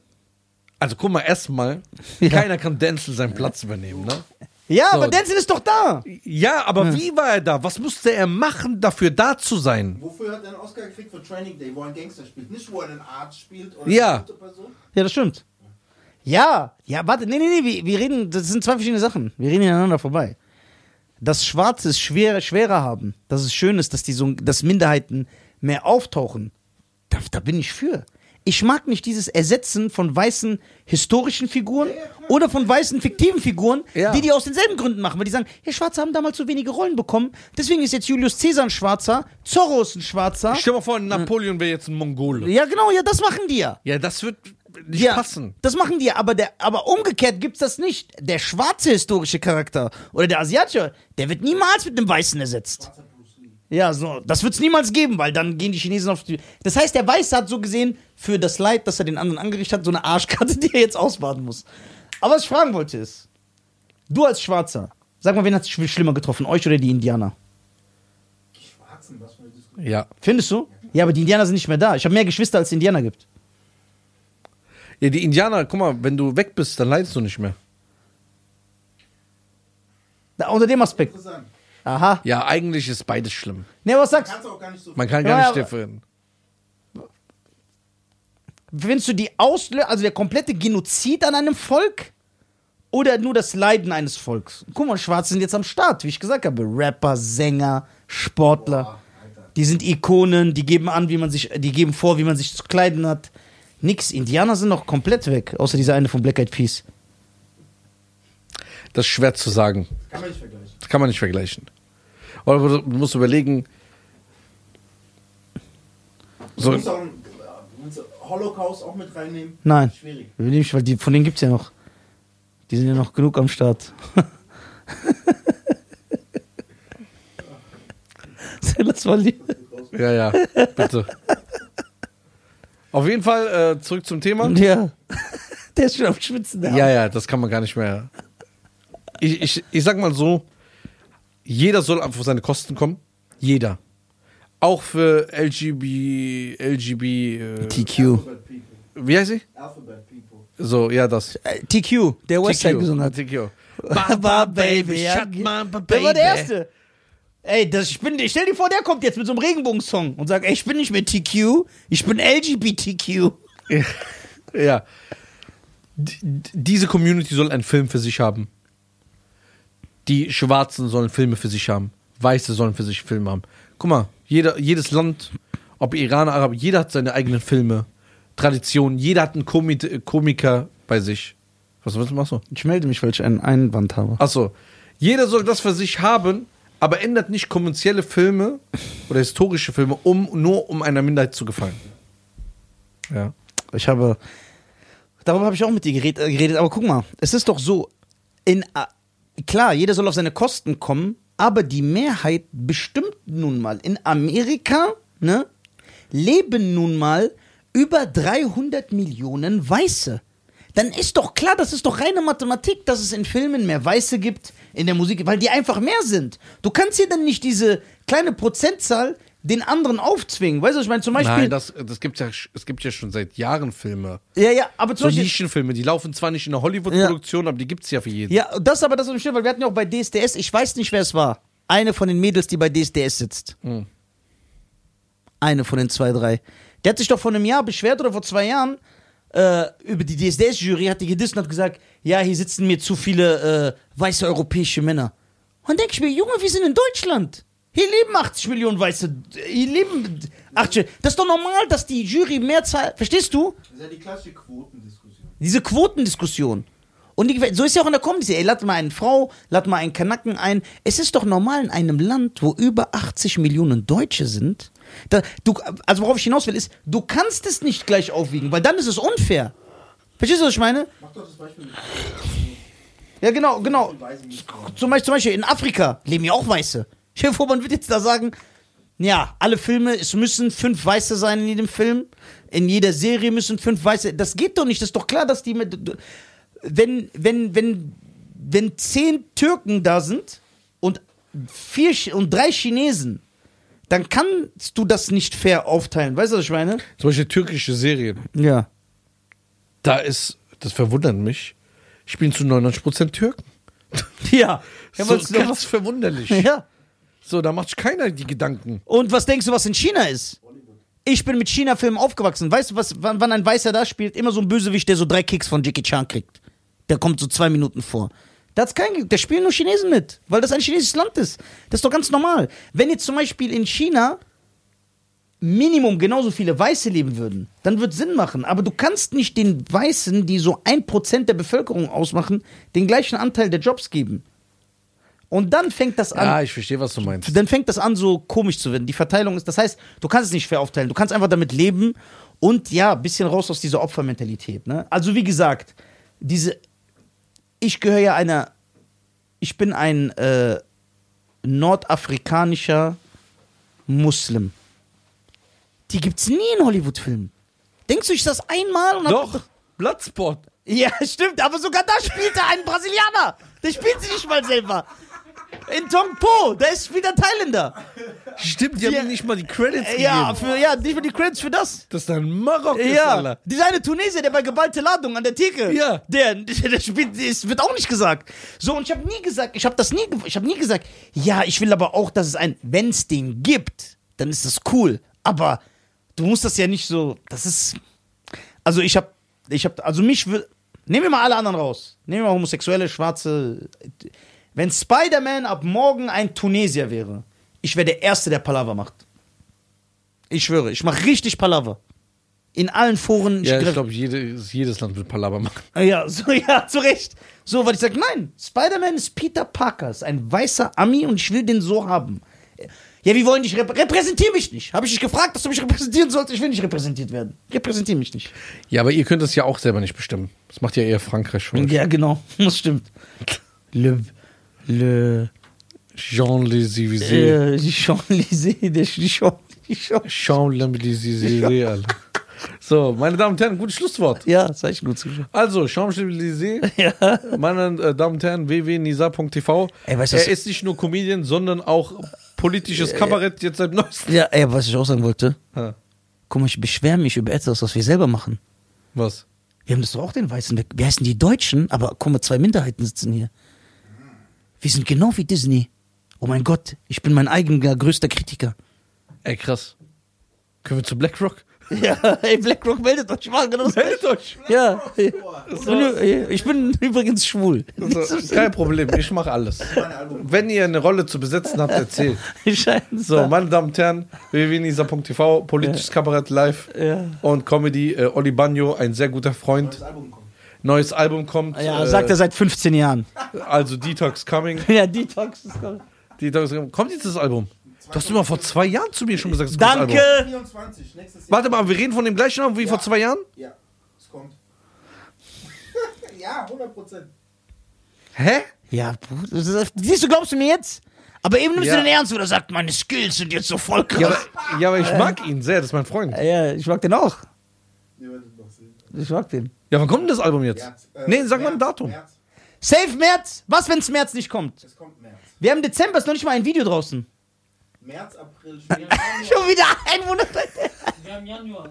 S1: also guck mal, erstmal,
S2: Ja.
S1: keiner kann Denzel seinen Platz übernehmen, ne?
S2: Ja,
S1: So.
S2: aber Denzel ist doch da.
S1: Ja, aber wie war er da? Was musste er machen, dafür da zu sein?
S3: Wofür hat er einen Oscar gekriegt? Für Training Day, wo er einen Gangster spielt. Nicht, wo er einen Arzt spielt oder
S1: Ja.
S3: eine gute Person.
S2: Ja, das stimmt. Ja, ja, warte, nee, nee, nee, wir, wir reden, das sind zwei verschiedene Sachen. Wir reden aneinander vorbei. Dass Schwarze es schwer, schwerer haben, dass es schön ist, dass, die so, dass Minderheiten mehr auftauchen, da, da bin ich für. Ich mag nicht dieses Ersetzen von weißen historischen Figuren oder von weißen fiktiven Figuren,
S1: Ja.
S2: die die aus denselben Gründen machen, weil die sagen, hey, Schwarze haben damals so wenige Rollen bekommen, deswegen ist jetzt Julius Caesar ein Schwarzer, Zorro ist ein Schwarzer.
S1: Stell dir mal vor, Napoleon wäre jetzt ein Mongole.
S2: Ja, genau, ja, das machen die ja.
S1: Ja, das wird nicht passen.
S2: Das machen die, aber, der, aber umgekehrt gibt's das nicht. Der schwarze historische Charakter oder der asiatische, der wird niemals mit einem Weißen ersetzt. Ja, so, das wird's niemals geben, weil dann gehen die Chinesen auf die. Das heißt, der Weiße hat so gesehen für das Leid, das er den anderen angerichtet hat, so eine Arschkarte, die er jetzt ausbaden muss. Aber was ich fragen wollte ist, du als Schwarzer, sag mal, wen hat's sch- schlimmer getroffen, euch oder die Indianer?
S3: Die Schwarzen, was für eine Diskussion.
S1: Ja.
S2: Findest du? Ja, aber die Indianer sind nicht mehr da. Ich habe mehr Geschwister als Indianer gibt.
S1: ja. Die Indianer, guck mal, wenn du weg bist, dann leidest du nicht mehr.
S2: Da, unter dem Aspekt.
S3: Interessant.
S2: Aha.
S1: Ja, eigentlich ist beides schlimm.
S2: Ne, was sagst du?
S3: Kannst du auch gar nicht so.
S1: Man kann gar
S2: Ja,
S1: nicht
S2: aber-
S1: differieren.
S2: Findest du die Auslö also der komplette Genozid an einem Volk? Oder nur das Leiden eines Volks? Guck mal, Schwarze sind jetzt am Start, wie ich gesagt habe. Rapper, Sänger, Sportler. die sind Ikonen, die geben an, wie man sich, die geben vor, wie man sich zu kleiden hat. Nix, Indianer sind noch komplett weg, außer dieser eine von Black Eyed Peas.
S1: Das ist schwer zu sagen.
S3: kann man nicht vergleichen.
S1: Das kann man nicht vergleichen. Aber du musst überlegen.
S3: Du
S1: So,
S3: musst auch einen, äh, willst du Holocaust auch mit reinnehmen.
S2: Nein.
S3: Schwierig.
S2: Nämlich, weil die, von denen gibt's ja noch. Die sind ja noch genug am Start. Lass mal liegen.
S1: ja, ja, bitte. Auf jeden Fall äh, zurück zum Thema.
S2: Ja. Der ist schon am Schwitzen. Der
S1: Ja, ja, das kann man gar nicht mehr. Ich, ich, ich sag mal so, jeder soll einfach auf seine Kosten kommen. Jeder. Auch für LGB, LGB, äh,
S2: TQ.
S3: Alphabet People.
S1: wie heißt sie?
S3: Alphabet People.
S1: So, ja, das.
S2: TQ, Äh, der Westside gesungen hat.
S1: TQ.
S2: Baba Baby.
S1: shut my baby.
S2: Der war der Erste. Ey, das, ich bin, ich stell dir vor, der kommt jetzt mit so einem Regenbogensong und sagt, ey, ich bin nicht mehr TQ, ich bin LGBTQ.
S1: ja. D d- diese Community soll einen Film für sich haben. Die Schwarzen sollen Filme für sich haben. Weiße sollen für sich Filme haben. Guck mal, jeder, jedes Land, ob Iraner, Araber, jeder hat seine eigenen Filme, Traditionen, jeder hat einen Komi Komiker bei sich. Was, was machst du?
S2: Ich melde mich, weil ich einen Einwand habe.
S1: Achso. Jeder soll das für sich haben, aber ändert nicht kommerzielle Filme oder historische Filme, um nur um einer Minderheit zu gefallen. Ja.
S2: Ich habe. Darüber habe ich auch mit dir geredet, äh, geredet, aber guck mal, es ist doch so, in, a- klar, jeder soll auf seine Kosten kommen, aber die Mehrheit bestimmt nun mal. In Amerika ne, leben nun mal über 300 Millionen Weiße. Dann ist doch klar, das ist doch reine Mathematik, dass es in Filmen mehr Weiße gibt, in der Musik, weil die einfach mehr sind. Du kannst hier dann nicht diese kleine Prozentzahl den anderen aufzwingen. Weißt du, ich meine, zum Beispiel.
S1: Nein, das, das gibt's ja, sch- es gibt ja schon seit Jahren Filme.
S2: ja, ja, aber zum
S1: So
S2: Beispiel.
S1: Nischenfilme, die laufen zwar nicht in der Hollywood-Produktion, aber die gibt's ja für jeden.
S2: Ja, das aber das ist schlimm, weil wir hatten ja auch bei DSDS, ich weiß nicht, wer es war. Eine von den Mädels, die bei DSDS sitzt.
S1: Hm.
S2: Eine von den zwei, drei. Der hat sich doch vor einem Jahr beschwert oder vor zwei Jahren äh, über die DSDS-Jury, hat die gedisst und hat gesagt, ja, hier sitzen mir zu viele äh, weiße europäische Männer. Und denke ich mir, Junge, wir sind in Deutschland. Hier leben 80 Millionen Weiße. äh, Hier leben 80. Das ist doch normal, dass die Jury mehr zahlt. Verstehst du?
S3: Das ist ja die klassische Quotendiskussion.
S2: Diese Quotendiskussion. Und die, so ist ja auch in der Comedy. Ey, lad mal eine Frau, lad mal einen Kanaken ein. Es ist doch normal in einem Land, wo über 80 Millionen Deutsche sind. Da, du, also worauf ich hinaus will, ist, du kannst es nicht gleich aufwiegen, weil dann ist es unfair. Verstehst du, was ich meine?
S3: Mach doch das Beispiel mit
S2: Ja, genau, genau.
S3: Weißen Missbrauch.
S2: Zum Beispiel, zum Beispiel in Afrika leben ja auch Weiße. Stell dir vor, man wird jetzt da sagen, ja, alle Filme, es müssen fünf Weiße sein in jedem Film. In jeder Serie müssen fünf Weiße. Das geht doch nicht. Das ist doch klar, dass die mit. Wenn, wenn, wenn, wenn zehn Türken da sind und vier Chi- und drei Chinesen, dann kannst du das nicht fair aufteilen. Weißt du, was ich meine?
S1: Zum Beispiel türkische Serien.
S2: Ja.
S1: Da ist, das verwundert mich, spielen zu 99% Türken.
S2: Ja. ja,
S1: so
S2: was,
S1: ganz verwunderlich.
S2: ja.
S1: So, da macht sich keiner die Gedanken.
S2: Und was denkst du, was in China ist? Ich bin mit China-Filmen aufgewachsen. Weißt du, was, wann, wann ein Weißer da spielt? Immer so ein Bösewicht, der so drei Kicks von Jackie Chan kriegt. Der kommt so zwei Minuten vor. Da hat's keinen, ge- da spielen nur Chinesen mit, weil das ein chinesisches Land ist. Das ist doch ganz normal. Wenn jetzt zum Beispiel in China Minimum genauso viele Weiße leben würden, dann wird Sinn machen. Aber du kannst nicht den Weißen, die so ein Prozent der Bevölkerung ausmachen, den gleichen Anteil der Jobs geben. Und dann fängt das an
S1: Ja, Ah, ich verstehe, was du meinst.
S2: dann fängt das an, so komisch zu werden. Die Verteilung ist, das heißt, du kannst es nicht fair aufteilen. Du kannst einfach damit leben und ja, ein bisschen raus aus dieser Opfermentalität. Ne? Also, wie gesagt, diese, ich gehöre ja einer, ich bin ein äh, nordafrikanischer Muslim. Die gibt's nie in Hollywood-Filmen. Denkst du, ich das einmal und hab-
S1: Doch, Bloodsport.
S2: ja, stimmt, aber sogar da spielt er einen Brasilianer. Der spielt sie nicht mal selber. In Tongpo, da ist, spielt er Thailänder.
S1: Stimmt, die
S2: Ja.
S1: haben ihm nicht mal die Credits
S2: Äh,
S1: gegeben.
S2: Ja, für, ja, nicht mal die Credits für das.
S1: Das ist ein Marokko.
S2: Ja, dieser eine Tunesier, der bei geballte Ladung an der Theke,
S1: Ja.
S2: der, der spielt, es wird auch nicht gesagt. So, und ich habe nie gesagt, ich habe das nie, ge- ich habe nie gesagt, ja, ich will aber auch, dass es ein, wenn es den gibt, dann ist das cool. Aber du musst das ja nicht so, das ist, also ich habe, ich habe, also mich will, nehmen wir mal alle anderen raus. Nehmen wir mal Homosexuelle, Schwarze. Wenn Spider-Man ab morgen ein Tunesier wäre, ich wäre der Erste, der Palaver macht. Ich schwöre, ich mache richtig Palaver. In allen Foren.
S1: Ja, ich
S2: greife-
S1: glaube, jedes, jedes Land wird Palaver machen.
S2: ja, so, ja, zu Recht. So, weil ich sage, nein, Spider-Man ist Peter Parker, ist ein weißer Ami und ich will den so haben. Ja, wir wollen dich rep repräsentier mich nicht. Habe ich dich gefragt, dass du mich repräsentieren sollst? Ich will nicht repräsentiert werden. Repräsentier mich nicht.
S1: Ja, aber ihr könnt das ja auch selber nicht bestimmen. Das macht ja eher Frankreich schon.
S2: Ja, genau, das stimmt. Le, le,
S1: Jean Lesivisé.
S2: äh, die Champs-Élysées, der die Champs, die Champs.
S1: Jean Lesivisé, Alter. So, meine Damen und Herren, gutes Schlusswort.
S2: Ja, das habe ich gut zugeschaut.
S1: Also, Jean Lesivisé,
S2: Ja.
S1: meine äh, Damen und Herren, www.nisa.tv.
S2: Ey, weißt du was-
S1: Er ist nicht nur Comedian, sondern auch politisches Kabarett jetzt seit neuestem.
S2: Ja, ey, was ich auch sagen wollte.
S1: Ha,
S2: Guck mal, ich beschwere mich über etwas, was wir selber machen.
S1: Was?
S2: Wir haben das doch auch den Weißen weg. Wir heißen die Deutschen, aber guck mal, zwei Minderheiten sitzen hier. Wir sind genau wie Disney. Oh mein Gott, ich bin mein eigener größter Kritiker.
S1: Ey, krass. Können wir zu BlackRock?
S2: Ja, ey, BlackRock meldet euch, mal genau das
S1: Meldet euch.
S2: Ja, ja. ich bin übrigens schwul.
S1: So, kein Problem, ich mache alles. Wenn ihr eine Rolle zu besetzen habt, erzählt. So,
S2: So,
S1: meine Damen und Herren, www.nisa.tv, politisches Kabarett live
S2: Ja.
S1: und Comedy. Äh, Oli Bagno, ein sehr guter Freund. Neues Album kommt.
S2: ja, sagt er seit 15 Jahren.
S1: Also Detox Coming.
S2: Ja, Detox ist kommt.
S1: Detox Coming. Kommt jetzt das Album? Du hast immer vor zwei Jahren zu mir schon gesagt, es ist ein gutes Album.
S2: Danke!
S3: 24, nächstes Jahr.
S1: Warte mal, wir reden von dem gleichen Album wie vor zwei Jahren?
S3: Ja, es kommt. ja, 100 Prozent.
S1: Hä?
S2: Ja, Bruder, das ist- siehst du, glaubst du mir jetzt? Aber eben nimmst
S1: Ja.
S2: du den ernst, wo er sagt, meine Skills sind jetzt so voll
S1: Ja,
S2: krass.
S1: aber, ja, aber
S2: Äh.
S1: ich mag ihn sehr, das ist mein Freund.
S2: Ja, ich mag den auch.
S3: Ihr werdet noch sehen.
S2: Ich mag den.
S1: Ja, wann kommt denn das Album jetzt?
S3: März, äh,
S1: Nee, sag mal ein
S3: März,
S1: Datum.
S3: März.
S2: Safe März? Was, wenn's März nicht kommt?
S3: Es kommt März.
S2: Wir haben Dezember, ist noch nicht mal ein Video draußen.
S3: März, April, Schweden.
S2: Schon wieder ein Monat.
S4: Wir haben Januar.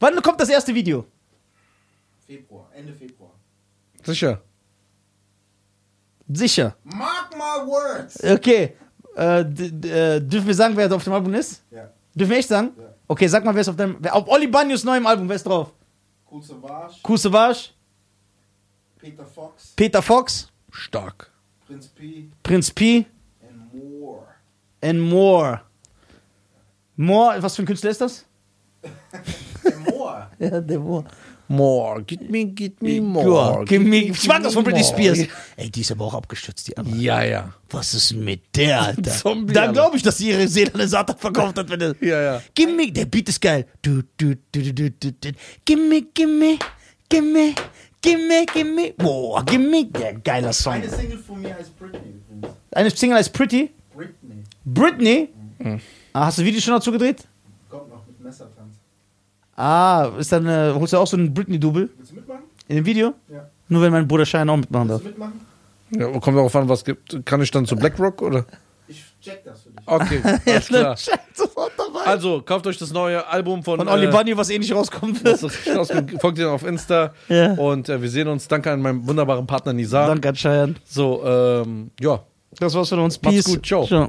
S2: Wann kommt das erste Video?
S3: Februar, Ende Februar.
S1: Sicher.
S2: Sicher.
S3: Mark my words.
S2: Okay. Äh, d- d- äh, dürfen wir sagen, wer auf dem Album ist?
S3: Ja,
S2: Dürfen wir echt sagen?
S3: Ja.
S2: Okay, sag mal, wer ist auf dem. Wer, auf Oli Banyos neuem Album, wer ist drauf?
S3: Cool Savage,
S2: Kusevage,
S3: Peter Fox,
S2: Peter Fox,
S1: Stark.
S3: Prinz P
S2: Prinz P
S3: and more.
S2: and More. More, was für ein Künstler ist das?
S3: And more.
S2: Ja, der Moore.
S1: More, gib mir, gib mir
S2: Ja,
S1: more.
S2: give me, ich mag das von Britney
S1: more.
S2: Spears. Ey, die ist aber auch abgestürzt, die andere.
S1: Ja, ja.
S2: Was ist mit der, Alter?
S1: Zombie,
S2: Dann
S1: Alter.
S2: glaube ich, dass sie ihre Seele an den Satan verkauft hat. Wenn der,
S1: Ja, ja.
S2: Gimme, der Beat ist geil. Du, du, du, du, du, du, du. Gimme, gimme, gimme, gimme, gimme. Boah, gimme, der geiler Song.
S3: Eine Single von mir heißt Britney übrigens.
S2: Eine Single heißt Pretty.
S3: Britney.
S2: Britney. Ah, hast du Video schon dazu gedreht?
S3: Kommt noch mit Messertanz.
S2: Ah, ist dann, äh, holst du auch so einen Britney-Double
S3: Willst du mitmachen?
S2: in dem Video?
S3: Ja.
S2: Nur wenn mein Bruder Schein auch mitmachen
S3: Willst
S2: darf.
S3: du mitmachen?
S1: ja kommt darauf an, was gibt. Kann ich dann zu BlackRock oder?
S3: Ich check das für dich.
S1: Okay, alles klar.
S2: Schein sofort dabei.
S1: Also, kauft euch das neue Album von,
S2: Von Oli
S1: äh,
S2: Bunny, was eh nicht rauskommen
S1: das
S2: wird.
S1: ist rausgekommen. Folgt ihr auf Insta.
S2: Ja.
S1: Und äh, wir sehen uns. Danke an meinen wunderbaren Partner Nizar.
S2: Danke an Schein.
S1: So, ähm, ja.
S2: Das war's von uns.
S1: Macht's
S2: Peace.
S1: gut. Ciao.
S2: Ciao.